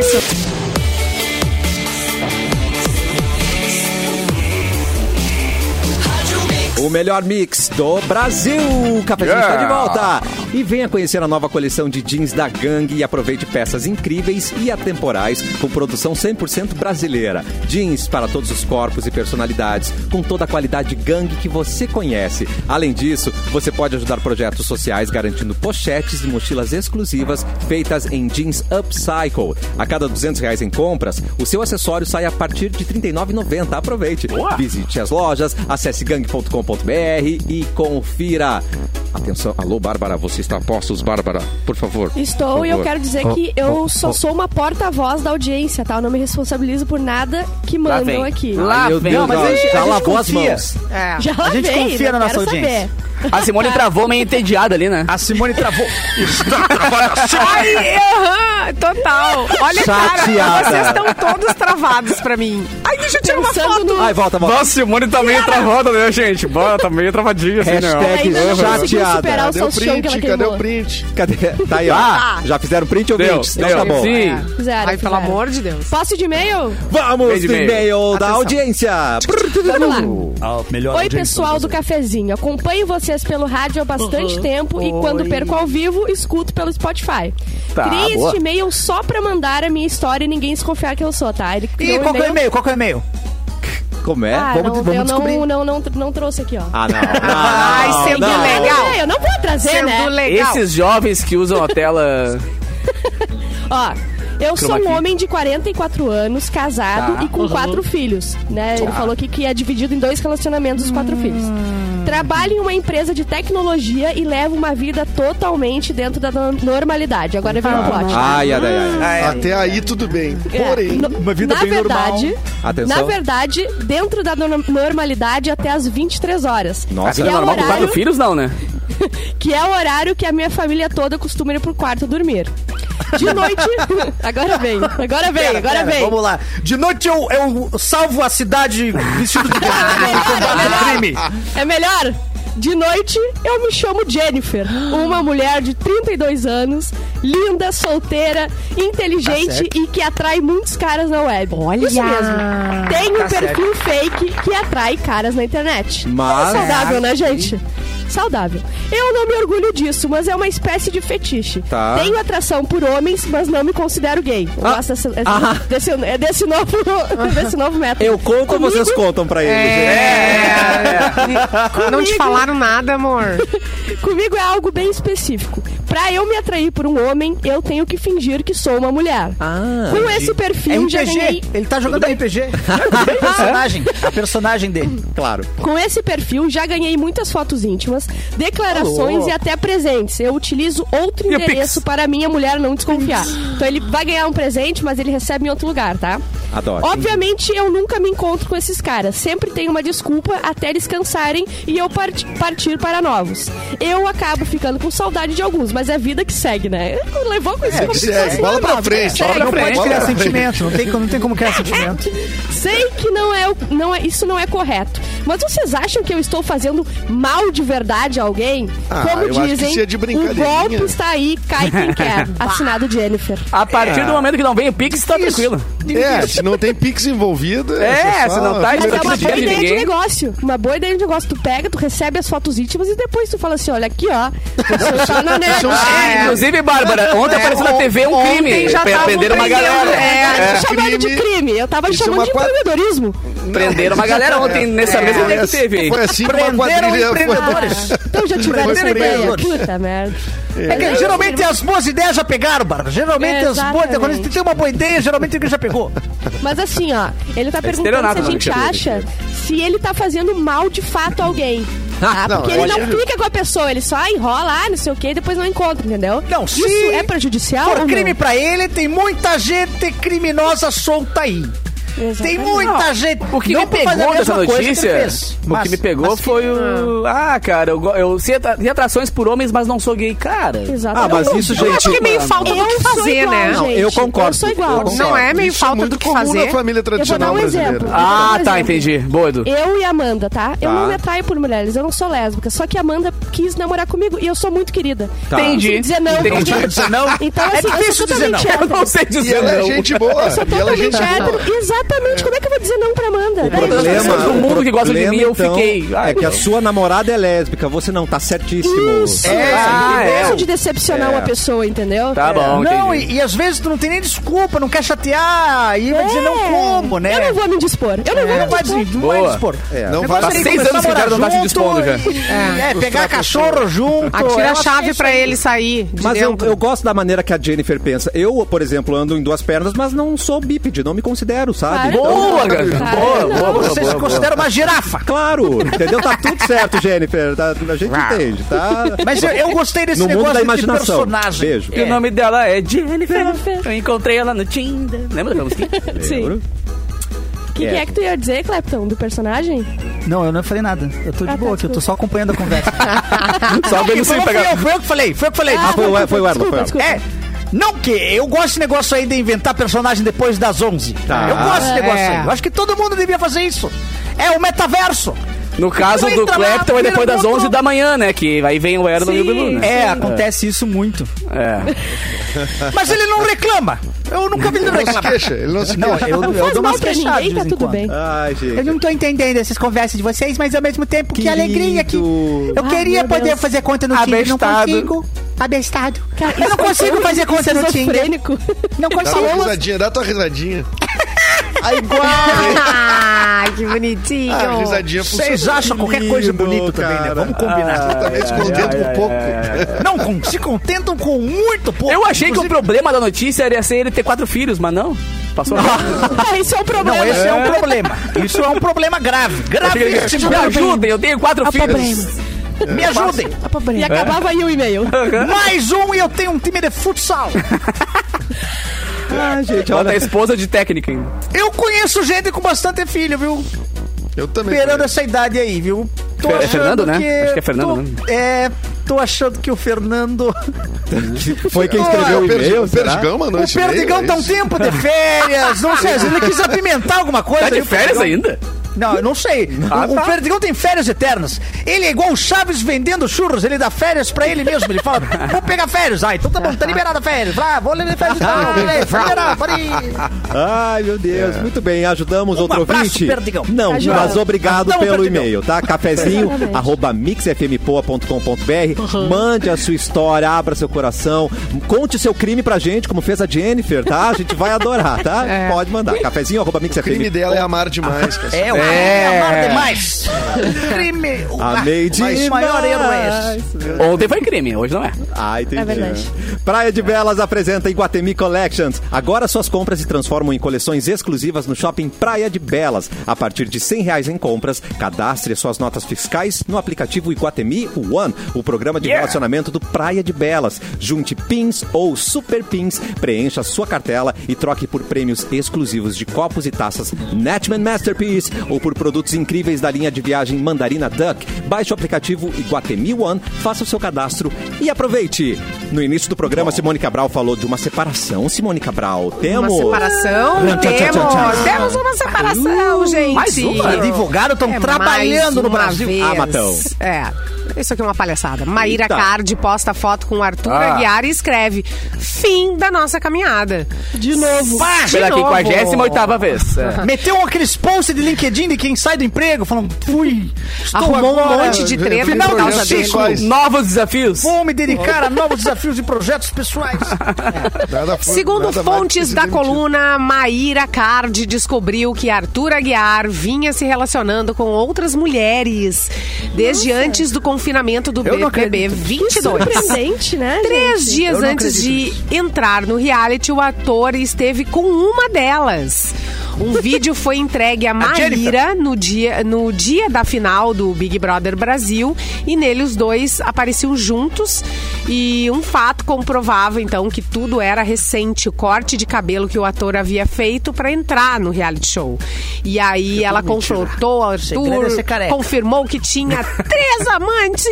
O melhor mix do Brasil. O Cafezinho está de volta. E venha conhecer a nova coleção de jeans da Gang e aproveite peças incríveis e atemporais com produção 100% brasileira. Jeans para todos os corpos e personalidades, com toda a qualidade Gang que você conhece. Além disso, você pode ajudar projetos sociais garantindo pochetes e mochilas exclusivas feitas em jeans upcycle. A cada 200 reais em compras, o seu acessório sai a partir de R$ 39,90. Aproveite. Visite as lojas, acesse gang.com.br e confira. Atenção, alô Bárbara, você está a postos, Bárbara, por favor. Estou e eu quero dizer que Oh, eu só sou uma porta-voz da audiência, tá? Eu não me responsabilizo por nada que mandam vem. aqui. Lá Meu vem. Deus, mas ó, a gente- já a gente lavou confia. as mãos. É. Já A gente vem, confia na não nossa quero audiência. saber. A Simone travou meio entediada ali, né? A Simone travou. Ai, aham, total. Olha, cara, Chateada. vocês estão todos travados pra mim. Ai, deixa eu tirar uma Pensando foto. no- Ai, volta, volta. Nossa, Simone tá meio travada, né, gente? Bora, tá meio travadinha assim, né? Hashtag- Ela ainda não conseguiu Chateada. superar o Cadê o salsichão que ela print? Cadê o queimou. print? Cadê? Tá aí, ó. Ah. Já fizeram print ou Deu, print? Então tá bom. Sim. Fizeram, Ai, pelo fizeram. amor de Deus. Posso de e-mail? Vamos Beijo, pro e-mail. e-mail da audiência. Vamos lá. melhor Oi, pessoal do cafezinho. Acompanho vocês pelo rádio há bastante tempo e quando perco ao vivo, escuto pelo Spotify. Tá, Criei boa. este e-mail só pra mandar a minha história e ninguém desconfiar que eu sou, tá? Ele Ih, criou qual que é o e-mail- e-mail? Qual que é o e-mail? Como é? Ah, Vamos- não, vamos eu descobrir. não, não, não, não trouxe aqui, ó. Ah, não. não, não, Ai, não, sendo não. legal. É, eu não vou trazer, Sendo né? legal. Esses jovens que usam a tela. Ó, eu sou Chroma um key. homem de 44 anos, casado Tá. e com Uhum. quatro filhos, né? Tá. Ele falou aqui que é dividido em dois relacionamentos os quatro filhos. Hum. Trabalho em uma empresa de tecnologia e levo uma vida totalmente dentro da no- normalidade. Agora vem o Ah, plot. Ai, ai, ai, ai. Até aí tudo bem. É, Porém, no- uma vida na bem normal. verdade, Atenção. Na verdade, dentro da no- normalidade até as 23 horas. Nossa, que é é, o normal com quatro horário, filhos, não, né? que é o horário que a minha família toda costuma ir pro quarto dormir. De noite. agora vem, agora vem, Pera, agora pera, vem. Vamos lá. De noite eu, eu salvo a cidade vestido de Ah, crime. É melhor? De noite, eu me chamo Jennifer, uma mulher de 32 anos, linda, solteira, Tá inteligente e que atrai muitos caras na web. Olha! Isso mesmo. Tá Tem um perfil fake que atrai caras na internet. Mas- Não é saudável, né, gente? saudável. Eu não me orgulho disso, mas é uma espécie de fetiche. Tá. Ah. Tenho atração por homens, mas não me considero gay. Eu gosto dessa- essa- desse, é desse novo, desse novo método. Eu conto, Comigo- vocês contam pra ele. É, É. Não te falaram nada, amor. Comigo é algo bem específico. Pra eu me atrair por um homem, eu tenho que fingir que sou uma mulher. Com esse É perfil, já ganhei RPG. um Ele tá jogando RPG. A personagem. A personagem dele. gente. Claro. Com esse perfil, já ganhei muitas fotos íntimas, declarações e até presentes. Eu utilizo outro endereço para minha mulher não desconfiar. Então ele vai ganhar um presente, mas ele recebe em outro lugar, tá? Adoro. Obviamente, eu nunca me encontro com esses caras. Sempre tenho uma desculpa até eles cansarem e eu parti- partir para novos. Eu acabo ficando com saudade de alguns, mas é a vida que segue, né? Levou com isso como se É, segue. fosse Bola pra normal, frente, né? bola Não pra pode Agora criar vem. sentimento. Não tem, como- não tem como criar sentimento. Sei que não é, o- não é, isso não é correto. Mas vocês acham que eu estou fazendo mal de verdade a alguém? Ah, Como eu acho que dizem, isso é de o brincadeirinha. golpe está aí, cai quem quer. Assinado Jennifer. A partir do momento que não vem o Pix, tá tranquilo. É, se não tem Pix envolvido. É, só se não tá, a isso Mas Eu é uma primeira não boa quero ideia de ninguém. negócio. Uma boa ideia de negócio. Tu pega, tu recebe as fotos íntimas e depois tu fala assim: olha aqui, ó. Você está na é um negativa. Ah, Inclusive, Bárbara, ontem apareceu na TV um ontem crime. já Pe- tavam Prenderam uma prendendo, galera. é. Tá me chamando de crime. crime. Eu tava Isso é chamando uma de quadra- empreendedorismo. Prenderam uma galera ontem nessa mesma ideia que teve. Foi assim que uma quadrilha foi. Então já tiveram Prenderam essa ideia. empreendedores. Puta merda. É que geralmente as boas ideias já pegaram, Bárbara. Geralmente as boas. Exatamente. Quando você tem uma boa ideia, geralmente alguém já pegou. Mas assim, ó, ele tá perguntando se estelionato, a gente mano, que acha se ele tá fazendo mal de fato a alguém. Tá? Ah, não, é Porque eu ele não acho- fica com a pessoa, ele só enrola, ah, não sei o que, e depois não encontra, entendeu? Não, se Isso é prejudicial For ou crime não? pra ele, tem muita gente criminosa solta aí. Tem Exatamente. muita gente. O que não me por fazer a pegou dessa mesma coisa que ele notícia, fez, o mas- que me pegou mas- foi o... Ah, cara, eu, go- eu sei atra- tem atrações por homens, mas não sou gay, cara. Ah, Exatamente. mas isso, Eu acho que é gente. meio falta do que Eu sou fazer, igual, né? gente. eu concordo. Eu sou Eu igual. concordo. Não é meio Isso falta muito do que comum fazer. na família Eu vou dar tradicional um brasileira. exemplo. Ah, Eu vou dar um tá, exemplo. entendi. Boa, Edu. Eu e a Amanda, tá? Eu Tá. não me atraio por mulheres, eu não sou lésbica. Só que a Amanda quis namorar comigo e eu sou muito querida. Tá. Entendi. Eu dizer não. Entendi. porque- Dizer não? Então, É assim, eu difícil sou dizer totalmente não. Eu hétero. não sei E dizer ela é não. gente boa. Eu sou E ela é totalmente gente boa. hétero. Exatamente. Como é que eu vou dizer não pra Amanda? Daí eu vou problema- dizer do mundo que gosta de mim, eu fiquei. Ai, é que a não. sua namorada é lésbica, você não, tá certíssimo. Isso. É, Ah, eu é. gosto de decepcionar uma pessoa, entendeu? É. Tá bom, Não, entendi. e, e às vezes tu não tem nem desculpa, não quer chatear, e vai dizer não como, né? É. Eu não vou me indispor. Eu não vou me Não vai indispor. dizer, não vai Boa. dispor. É. Não O vai negócio dar é ele seis começar anos a que o cara morar não tá se junto dispondo já. e- É, pegar cachorro junto. Atira eu a acho que chave é pra isso aí. ele sair de Mas eu, dentro. eu gosto da maneira que a Jennifer pensa. Eu, por exemplo, ando em duas pernas, mas não sou bípede, não me considero, sabe? Claro. Boa, cara. Cara, Boa, boa, não. boa, Você boa, se boa. considera uma girafa. Claro, entendeu? Tá tudo certo, Jennifer. Tá- a gente entende, tá? Mas eu, eu gostei desse No mundo negócio da de imaginação. personagem. Beijo. E o nome dela é Jennifer. Eu encontrei ela no Tinder. Lembra daquela música? Sim. O que, que é que tu ia dizer, Clepton, do personagem? Não, eu não falei nada. Eu tô de Ah, tá, boa aqui, eu tô desculpa. só acompanhando a conversa. Só Quem vendo falou sem foi, pegar. eu, foi eu que falei, foi eu que falei. Ah, foi o- foi o Erlon, foi o Desculpa, Erlon. desculpa. É. Não que eu gosto desse negócio aí de inventar personagem depois das 11. Tá. Eu gosto desse negócio É. aí. Eu acho que todo mundo devia fazer isso. É o metaverso. No caso do Entra lá, Clapton é depois vira das outro. 11 da manhã, né? Que aí vem o Erlon e o Bilu, né? É, acontece isso muito. É. Mas ele não reclama. Eu nunca vi ele Não se reclamar. queixa, ele não se queixa. É, eu, Não eu faz dou mal umas pra queixadas de ninguém, tá vez em tudo quando. bem. Ai, gente. Eu não tô entendendo essas conversas de vocês, mas ao mesmo tempo que Querido. alegria que eu Ah, queria meu poder Deus. fazer conta no Tinder, não Abestado. consigo. Abestado. Cara, eu isso não foi consigo tão fazer conta no Tinder. esquizofrênico. Não Dá tua consigo. risadinha, dá tua risadinha. Ah, que bonitinho. Ah, a risadinha funciona. Vocês acham qualquer coisa bonita também, né? Vamos Ah, combinar. Também se contenta com pouco. Não, com- se contentam com muito pouco. É. Eu achei que o Inclusive, problema da notícia era ser ele ter quatro filhos, mas não. Passou rápido. Ah, Isso é um problema. Não, esse é. um problema. Isso é um problema grave. Gravíssimo. Me ajudem, eu tenho quatro filhos. problema. Me ajudem. E acabava aí o e-mail. Mais um e eu tenho um time de futsal. Ai, gente, Bota a olha. tá esposa de técnica ainda. Eu conheço gente com bastante filho, viu? Eu também. Esperando essa idade aí, viu? Tô Fe- é Fernando, né? que- Acho que é Fernando, tô- né? É, tô achando que o Fernando... Foi quem Ah, escreveu o o Perdigão- e-mail, o será? Perdigão mandou o é Perdigão tá um tempo de férias, não sei, ele quis apimentar alguma coisa. Tá de aí, o férias Perdigão. ainda? Ah, tá. Não, eu não sei. o, o Perdigão tem férias eternas. Ele é igual o Chaves vendendo churros. Ele dá férias pra ele mesmo. Ele fala, vou pegar férias. Ah, então tá bom, tá liberada a férias. Ah, vou levar férias. Tá, beleza, tá liberado, pode ir. Ai, meu Deus. É. Muito bem, ajudamos outro Um abraço, ouvinte. Perdigão. Não, Ajuda. mas obrigado Não, pelo Perdigão. e-mail, tá? Cafezinho, Exatamente. arroba mixfmpoa.com.br. Uhum. Mande a sua história, abra seu coração, conte seu crime pra gente, como fez a Jennifer, tá? A gente vai adorar, tá? Pode mandar. Cafezinho, arroba O crime mixfmpoa. dela é amar demais, cara. É, o é. amar demais. Crime. o- Amei demais. Mas o maior erro é esse. Ontem foi crime, hoje não é. Ah, entendi. É verdade. Praia de Belas apresenta Iguatemi Collections. Agora suas compras se transformam em coleções exclusivas no shopping Praia de Belas. A partir de R$ 100 reais em compras, cadastre suas notas fiscais no aplicativo Iguatemi One, o programa de relacionamento do Praia de Belas. Junte pins ou super pins, preencha sua cartela e troque por prêmios exclusivos de copos e taças Netman Masterpiece ou por produtos incríveis da linha de viagem Mandarina Duck. Baixe o aplicativo Iguatemi One, faça o seu cadastro e aproveite. No início do programa, Simone Cabral falou de uma separação, Simone Cabral. Temos. Uma separação? É, Tchau, tchau, tchau, Temos! tchau. Uh, Temos uma separação, gente! mais uma? Advogado estão É mais trabalhando no uma Brasil. vez. Ah, Matão. É. Isso aqui é uma palhaçada. Maíra Eita. Ah. Cardi posta foto com Arthur Aguiar e escreve: Fim da nossa caminhada. De novo. Ah, Pela 58 vez. É. Meteu aqueles posts de LinkedIn de quem sai do emprego, falando, fui, estou Arrumou um agora- monte de treta Final por é da causa dele. ciclo, Pessoais. Novos desafios. vou me dedicar a novos desafios e projetos pessoais. Nada foi- Segundo nada mais que fontes se da demitir. coluna, Maíra Cardi descobriu que Arthur Aguiar vinha se relacionando com outras mulheres desde antes do confinamento do BBB é 22. Surpreendente, né? Três gente? dias antes de entrar no reality, o ator esteve com uma delas. Um vídeo foi entregue a Maíra no dia, no dia da final do Big Brother Brasil e nele os dois apareciam juntos e um fato comprovava então que tudo era recente, o corte de cabelo que o ator havia feito para entrar no reality show. E aí ela confrontou o segredo é ser Arthur, careca. confirmou que tinha três amantes.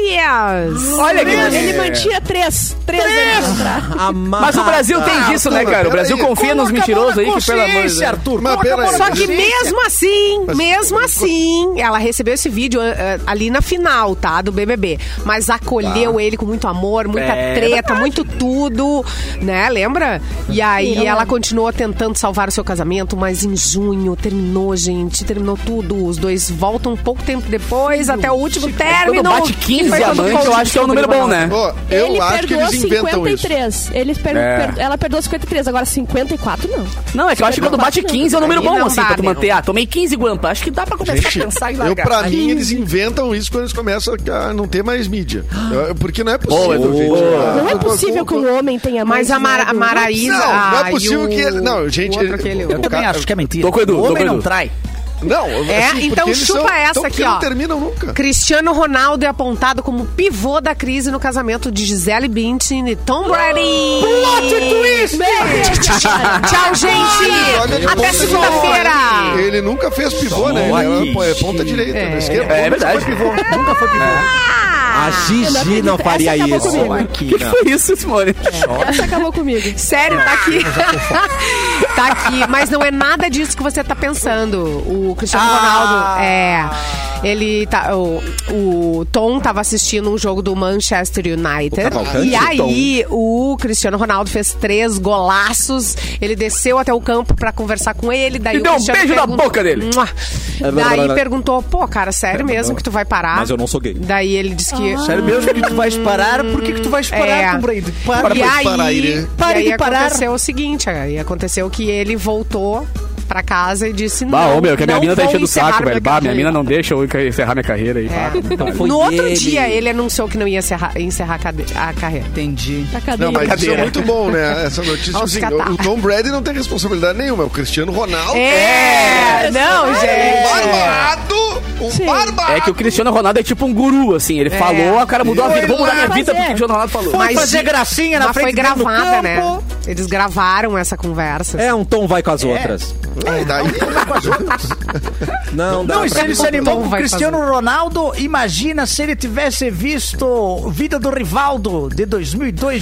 Olha que Ele mantinha três. Três, antes de entrar. Mas o Brasil tem disso, né, cara? O Brasil peraí. confia nos mentirosos aí, que pelo amor de é. Deus. é Arthur. Mas coloca a peraí. mão Só na que consciência. mesmo assim, Mas- mesmo assim, ela recebeu esse vídeo eh, ali na final, tá? Do BBB. Mas acolheu ele com muito amor, muita Tá. É, treta, muito tudo, né? Lembra? E aí ela continuou tentando salvar o seu casamento, mas em junho terminou, gente. Terminou tudo. Os dois voltam um pouco tempo depois, até o último término. Quando bate E 15 foi quando amantes, eu acho que é um número bom, né? Ó, eu ele acho que perdoou eles inventam isso. 53. Ele per- É. per- Ela perdoou 53, agora 54 não. Não, é que eu acho que quando bate 15 é um número Aí bom, não assim, dá, pra tu meu. manter. Ah, tomei 15 guampa. Acho que dá pra começar a pensar e Eu, largar. pra mim, eles inventam isso quando eles começam a não ter mais mídia. Eu- Porque não é Boa, possível, Edu, gente. Não é Eu- eu- possível que um homem tenha mais. Mas a, Mara, a Maraísa. Não, não ah, é e possível o- que ele. Não, gente. o outro ele- aquele- o Eu também cara- acho que é mentira. Tô com o Edu, o tô homem com o não Edu. trai. Não, É, assim, então porque eles chupa são- essa então aqui, que ó. Não terminam nunca. Cristiano Ronaldo é apontado como pivô da crise no casamento de Gisele Bündchen e Tom Brady. Tchau, Olha, gente! ele é ponta Até segunda-feira! Ele nunca fez pivô, né? Olha Ele aí, é pô, é ponta direita, É. na esquerda. É verdade. Nunca foi pivô. A Gigi não faria acabou isso. comigo. O que foi isso, Simone? Essa acabou comigo. Sério, tá aqui. tá aqui, mas não é nada disso que você tá pensando. O Cristiano Ronaldo é. Ele tá. O, o Tom tava assistindo um jogo do Manchester United. Cavalcante, E aí, o Cristiano Ronaldo fez três golaços. Ele desceu até o campo pra conversar com ele. Daí E o deu um Cristiano beijo na boca dele. Mua. Daí perguntou: pô, cara, sério mesmo que tu vai parar? Mas eu não sou gay. Daí ele disse que. Ah. Sério mesmo que tu vais parar? Por que, que tu vais parar, É. Tom Brady? E Para. pra aí, parar, ele- Pare e aí de parar. aconteceu o seguinte, aí aconteceu que ele voltou pra casa e disse não, Bah, ô, meu, que a minha não mina tá vou enchendo o encerrar saco, velho. minha Bah, minha carreira. mina não Ah, então deixa eu encerrar minha carreira aí. É. no outro dia, ele anunciou que não ia encerrar, encerrar a cade- a carreira. Entendi. Tá cadê? Não, mas isso é Brincadeira. muito bom, né? Essa notícia, Aos assim, catar. o Tom Brady não tem responsabilidade nenhuma, é o Cristiano Ronaldo. É, não, Um gente. barbado! Um Sim. barbado! É que o Cristiano Ronaldo é tipo um guru, assim. É. Ele falou, o cara mudou a vida. Vou mudar minha vida porque o Cristiano Ronaldo falou. Foi Mas fazer de- gracinha na mas frente foi dele no gravada, né? campo. Eles gravaram essa conversa. É, um tom vai com as outras. Ah, e daí? Não, dá. Não, e se ele se animou Tom com o vai Cristiano Ronaldo, imagina se ele tivesse visto Vida do Rivaldo de 2002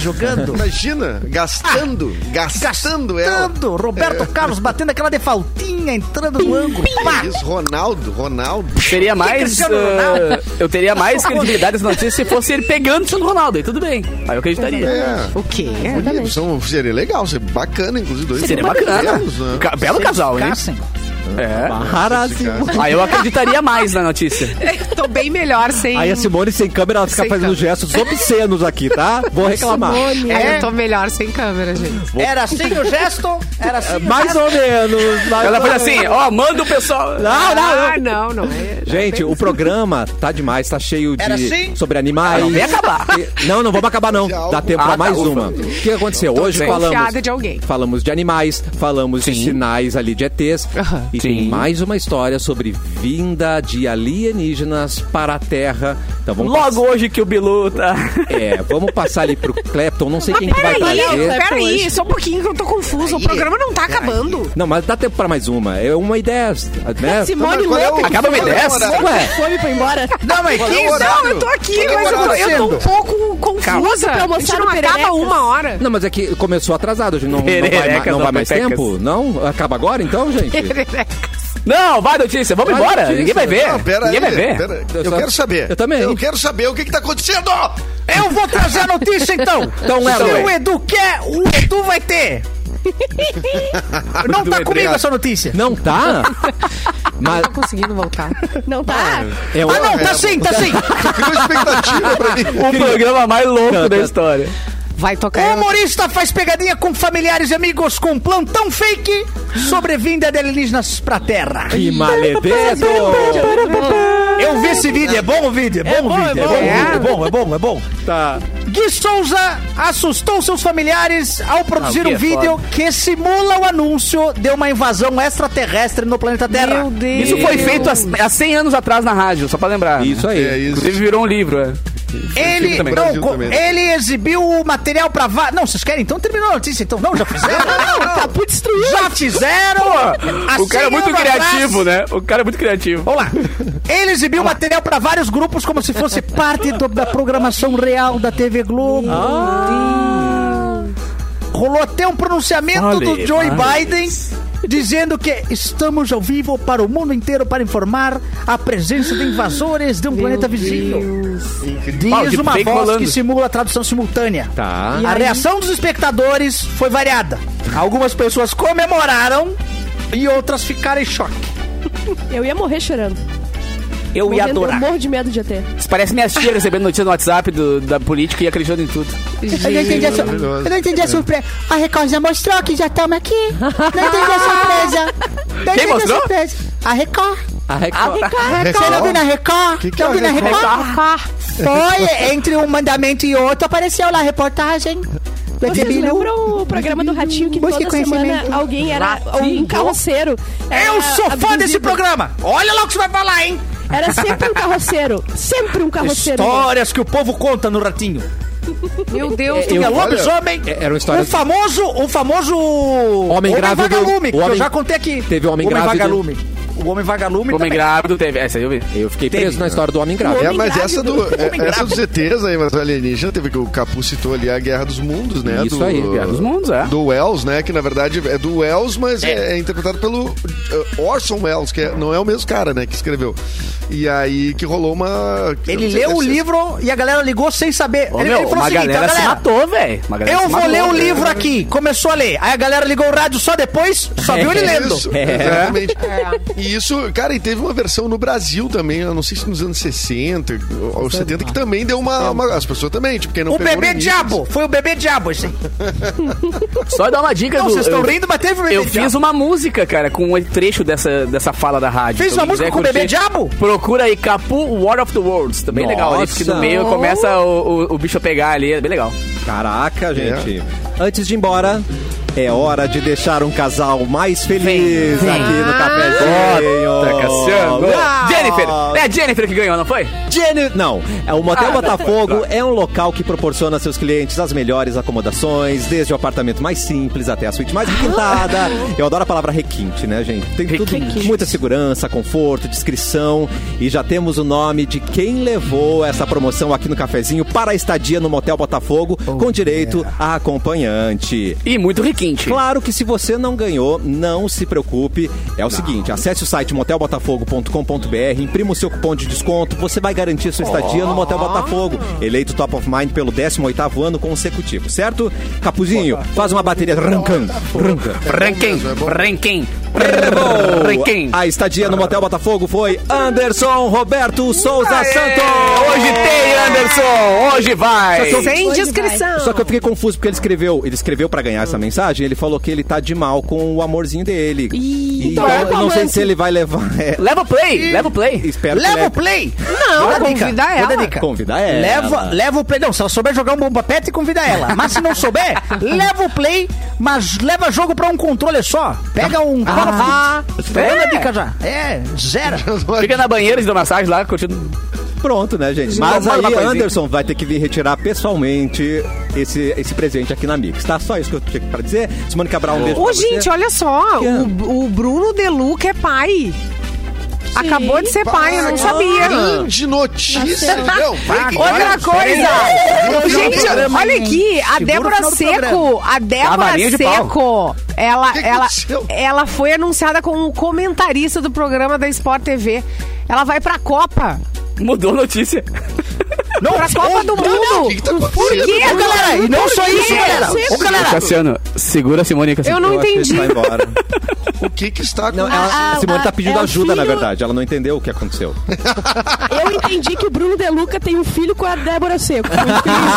jogando. Imagina, gastando, Ah, gastando ela. É. Gastando, Roberto Carlos batendo aquela defaltinha, entrando no ângulo. Pá! Isso, Ronaldo, Ronaldo. Teria mais. Cristiano Ronaldo? ah, eu teria mais credibilidade nessa notícia se fosse ele pegando o Cristiano Ronaldo. Aí tudo bem. Aí eu acreditaria. É. O quê? Bonito, são- seria legal, seria bacana, inclusive. Dois Seria modelos, bacana. né? Ca- Belo casal, hein? Ficassem. É. Assim. Arrasou. Aí eu acreditaria mais na notícia. Tô bem melhor sem. Aí a assim, Simone sem câmera, ela fica Sem fazendo câmera. gestos obscenos aqui, tá? Vou reclamar. né? É, eu tô melhor sem câmera, gente. Era assim o gesto? Era assim o Mais gesto? ou menos. mais Ela ou foi menos. assim, ó, manda o Não, pessoal. não, não. Ah, não, não. é- Gente, o programa tá demais, tá cheio de. Era assim? Sobre animais. Não, vem acabar. Não, não vamos acabar, não. algo. Dá tempo Ah, pra tá, mais ufa. uma. O que aconteceu? Hoje desconfiada falamos. de alguém. Falamos de animais, falamos de sinais ali de ETs. Aham. E Sim. tem mais uma história sobre vinda de alienígenas para a Terra. Então vamos Logo hoje que o Bilu tá. pass- É, vamos passar ali pro Clapton. Não sei quem que vai Peraí, trazer. peraí, só um pouquinho que eu tô confusa. O programa não tá acabando. Não, mas dá tempo pra mais uma. É uma ideia, né? Simone qual é louca, o- Acaba uma qual é o ideia? horário? Ué. fome pra ir embora. Não, mas Qual é o 15 horário? Não, eu tô aqui, Qual é o mas eu tô, eu tô um acontecendo? pouco confusa. Pra A almoçar gente não no acaba Pererecas. uma hora. Não, mas é que começou atrasado, a gente não, não vai, ma- Pererecas, não não, vai mais pepecas. tempo? Não? Acaba agora então, gente? Não, vai notícia, vamos Vai, embora. notícia. Ninguém vai ver. Não, Pera Ninguém aí, vai ver. pera- Eu Eu, só- quero saber. eu também. Eu quero saber o que que tá acontecendo. Eu vou trazer a notícia então. Então, Se Eloy. o Edu quer, o Edu vai ter. Não tá comigo essa notícia. Não tá? Mas Ah, Tô conseguindo voltar. Não tá? é Ah, não, outra. tá sim, tá sim. Criou expectativa pra mim. O programa mais louco da história. Vai tocar. O ela. humorista faz pegadinha com familiares e amigos com plantão fake sobre vinda de alienígenas pra Terra. Que malededo! Eu vi esse vídeo, é bom o vídeo, é bom o vídeo, é bom, o vídeo, é bom, é bom, é bom. Tá. Gui Souza assustou seus familiares ao produzir Ah, o Gui um é vídeo foda. que simula o anúncio de uma invasão extraterrestre no planeta Terra. Meu Deus. Isso foi feito há, há 100 anos atrás na rádio, só pra lembrar. Isso aí. É isso. Inclusive virou um livro, é. Ele, também. não, Brasil co- também. ele exibiu o material pra va- Não, vocês querem? Então terminou a notícia. Então, não, já fizeram? Não, tá puto destruído. Já fizeram? Há O cara é 100 muito um anos criativo, atrás. né? O cara é muito criativo. Vamos lá. Ele exibiu material pra vários grupos como se fosse parte do- da programação real da TV Globo. Rolou até um pronunciamento Fale do Joe mais. Biden dizendo que estamos ao vivo para o mundo inteiro para informar a presença de invasores de um planeta vizinho. Paulo, Diz que uma voz fake rolando. que simula a tradução simultânea. Tá. A reação dos espectadores foi variada. Algumas pessoas comemoraram e outras ficaram em choque. Eu ia morrer chorando. Eu ia Morrendo- adorar. Eu morro de medo de ET. Isso parece minha tia recebendo notícia no WhatsApp do- da política e acreditando em tudo. Eu não entendi a, sur- Maravilhoso. eu não entendi a surpresa. A Record já mostrou que já estamos aqui. Não entendi a surpresa. Não entendi mostrou? a surpresa. A Record. A Record. Você não viu na Record? Que que é não viu na Record? Record? Foi entre um mandamento e outro, apareceu lá a reportagem. Do ET Vocês Bilu. lembram o programa do Ratinho que Busque toda semana conhecimento. alguém era um carroceiro? era Eu sou fã desse abduzido. programa! Olha lá o que você vai falar, hein? Era sempre um carroceiro. Sempre um carroceiro. Histórias que o povo conta no ratinho. Meu Deus, Tinha olha, lobisomem. é- eram histórias- Um famoso. Um famoso. Homem, grávido, vagalume, o que eu homem- já contei aqui. teve o homem grávido. vagalume. O homem vagalume. Homem também. grávido teve. Essa aí eu vi. Eu fiquei preso na história do homem Um grávido. É, mas essa, do, é- Homem essa dos ETs aí, mas o alienígena, teve que o Capu citou ali a Guerra dos Mundos, né? Isso do, aí, Guerra dos Mundos, é. Do Wells, né? Que na verdade é do Wells, mas é, é interpretado pelo uh, Orson Wells, que é- não é o mesmo cara, né? Que escreveu. E aí que rolou uma... Ele eu não sei, é leu deve o ser- livro e a galera ligou sem saber. Ô, ele, meu, ele falou uma o seguinte: galera, ó, se galera. matou, velho. Uma galera Eu se vou matou, né?" ler um o velho. livro aqui. Começou a ler. Aí a galera ligou o rádio só depois, É, só viu ele lendo. Isso, exatamente. É. E isso, cara, e teve uma versão no Brasil também, eu não sei se nos anos 60 ou 70, que também deu uma. uma- as pessoas também, tipo, quem não O pegou bebê no início- diabo. Foi o bebê diabo, assim. Só dar uma dica Não, do. vocês estão eu- rindo, mas teve o bebê Eu diabo. fiz uma música, cara, com um trecho dessa, dessa fala da rádio. Então, Fez Se alguém uma música quiser com o Bebê curtir, Diabo? Procura aí Capu War of the Worlds. Também Nossa. legal. Aí porque no meio começa o, o, o bicho a pegar ali. É bem legal. Caraca, gente. Antes de ir embora, É hora de deixar um casal mais feliz aqui no Tá, cafezinho. Cassiano. Uau! Jennifer! É a Jennifer que ganhou, não foi? Jenny- Não, é o Motel Ah, Botafogo é um local que proporciona a seus clientes as melhores acomodações, desde o apartamento mais simples até a suíte Ah. mais requintada. Eu adoro a palavra requinte, né, gente? Tem tudo, Requinte. muita segurança, conforto, discrição. E já temos o nome de quem levou essa promoção aqui no cafezinho para a estadia no Motel Botafogo, Oh, com direito a acompanhante. E muito requinte. Claro que se você não ganhou, não se preocupe. É o seguinte, acesse o site motelbotafogo.com.br, imprima o seu cupom de desconto, você vai garantir sua estadia Oh. no Motel Botafogo, eleito top of mind pelo 18º ano consecutivo, certo? Capuzinho, faz uma bateria rancando. Rankin, é rankin, rankin. A estadia no Motel Botafogo foi Anderson Roberto Souza É. Santos. Hoje tem, Anderson! Hoje vai! Sem descrição. Só que eu fiquei confuso porque ele escreveu, ele escreveu para ganhar essa mensagem, ele falou que ele tá de mal com o amorzinho dele. E Ih, então é eu não sei romance. se ele vai levar. é, Leva o play, leva o play. espero que é Leva o leve. play! Não, convida ela. dica. Convida ela. Leva, leva o play. Não, se ela souber jogar um bomba pet, convida ela. Mas se não souber, leva o play, mas leva jogo pra um controle só. Pega um Call of Ah, Duty. Tô dando a dica já. É, zero. Fica na banheira de dar massagem lá, continua. Pronto, né, gente? Não, Mas manda uma aí coisinha. Anderson vai ter que vir retirar pessoalmente esse, esse presente aqui na Mix, tá? Só isso que eu tinha pra dizer. Simone Cabral, um beijo Ô, pra gente, você. olha só. Que O, o Bruno Deluca é pai. Acabou de ser pai, Ah, eu não sabia. Ah, Grande notícia. Não, breaking Tá. Outra news. coisa! Gente, olha aqui, a Segura o Débora final do Seco, programa. a Débora Tá varinha de Seco, ela, que ela, aconteceu? ela foi anunciada como comentarista do programa da Sport TV. Ela vai pra Copa. Mudou a notícia. Não, Pra Copa do O que Mundo! que tá Por acontecendo? quê, Ô, galera, e não Por só quê? isso, galera. Ô, galera, Cassiano, segura a Simone, Cassiano. Eu não Eu acho que entendi. ele Vai embora. O que que está Não, acontecendo? ela, Ah, Simone tá ah, pedindo é o ajuda, na filho- verdade. Ela não entendeu o que aconteceu. Eu entendi que o Bruno Deluca tem um filho com a Débora Seco.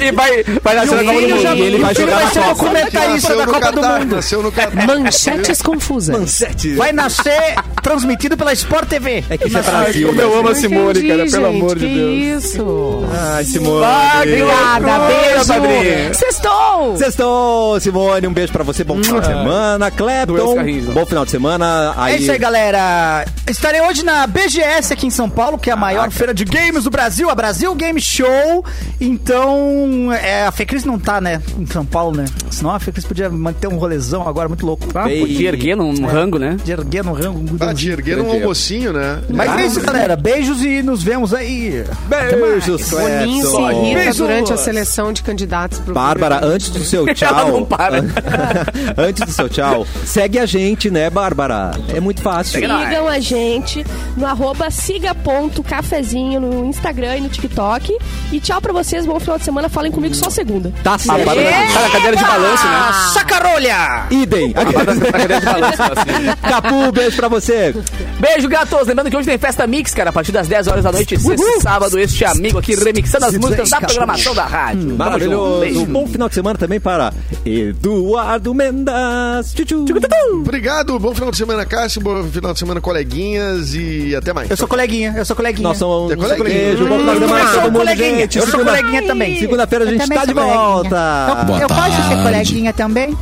E vai, vai E o nascer na Copa do filho Mundo. já- e ele o vai filho jogar vai na ser Copa. documentarista Nasceu da no Copa do Catar, Mundo. Nasceu no Catar. Manchetes confusas. Sete. Vai nascer transmitido pela Sport TV. É que isso é Brasil. Como eu amo a Simone, cara, pelo gente, amor de que Deus. Isso. Ai, Simone. Obrigada, beijo. Sextou. Sextou, Simone, um beijo pra você, bom final de semana. Doeu os Clepton, carrinhos, ó. bom final de semana. Aí, É isso aí, galera. Estarei hoje na BGS aqui em São Paulo, que é a maior feira de games do Brasil, a Brasil Game Show. Então, é, a Fecris não tá, né, em São Paulo, né? Senão a Fecris podia manter um rolezão agora muito louco. Ah, Podia erguer num num rango, né? De erguer no rango. Ah, de erguer um almocinho, né? Tá Mas é isso, galera. Beijos e nos vemos aí. Beijos, Boninho se Clepton. irrita Beijo. durante a seleção de candidatos pro Bárbara, antes do seu tchau. Ela não para. antes do seu tchau, segue a gente, né, Bárbara? É muito fácil. Sigam a gente no arroba siga.cafezinho no Instagram e no TikTok. E tchau pra vocês, bom final de semana. Falem comigo só segunda. Tá A certo. Bárbara tá na cadeira de balanço, né? Sacarolha! Idem. Tá na cadeira de balanço, assim. Capu, beijo pra você. Beijo, gatos! Lembrando que hoje tem festa mix, cara, a partir das 10 horas da noite, sexta e sábado, este amigo aqui remixando as músicas da programação da rádio. Tamo junto, Maravilhoso. beijo. Um bom final de semana também para Eduardo Mendas. Tchutchu. Obrigado, bom final de semana, Cássio, bom final de semana, coleguinhas e até mais. Eu sou coleguinha, eu sou coleguinha. Nós somos É coleguinha. beijo. Bom final de semana eu pra sou todo mundo, coleguinha. gente. Eu sou Segunda- coleguinha Então, também. Segunda-feira a gente também tá sou de coleguinha. volta. Eu posso ser coleguinha também?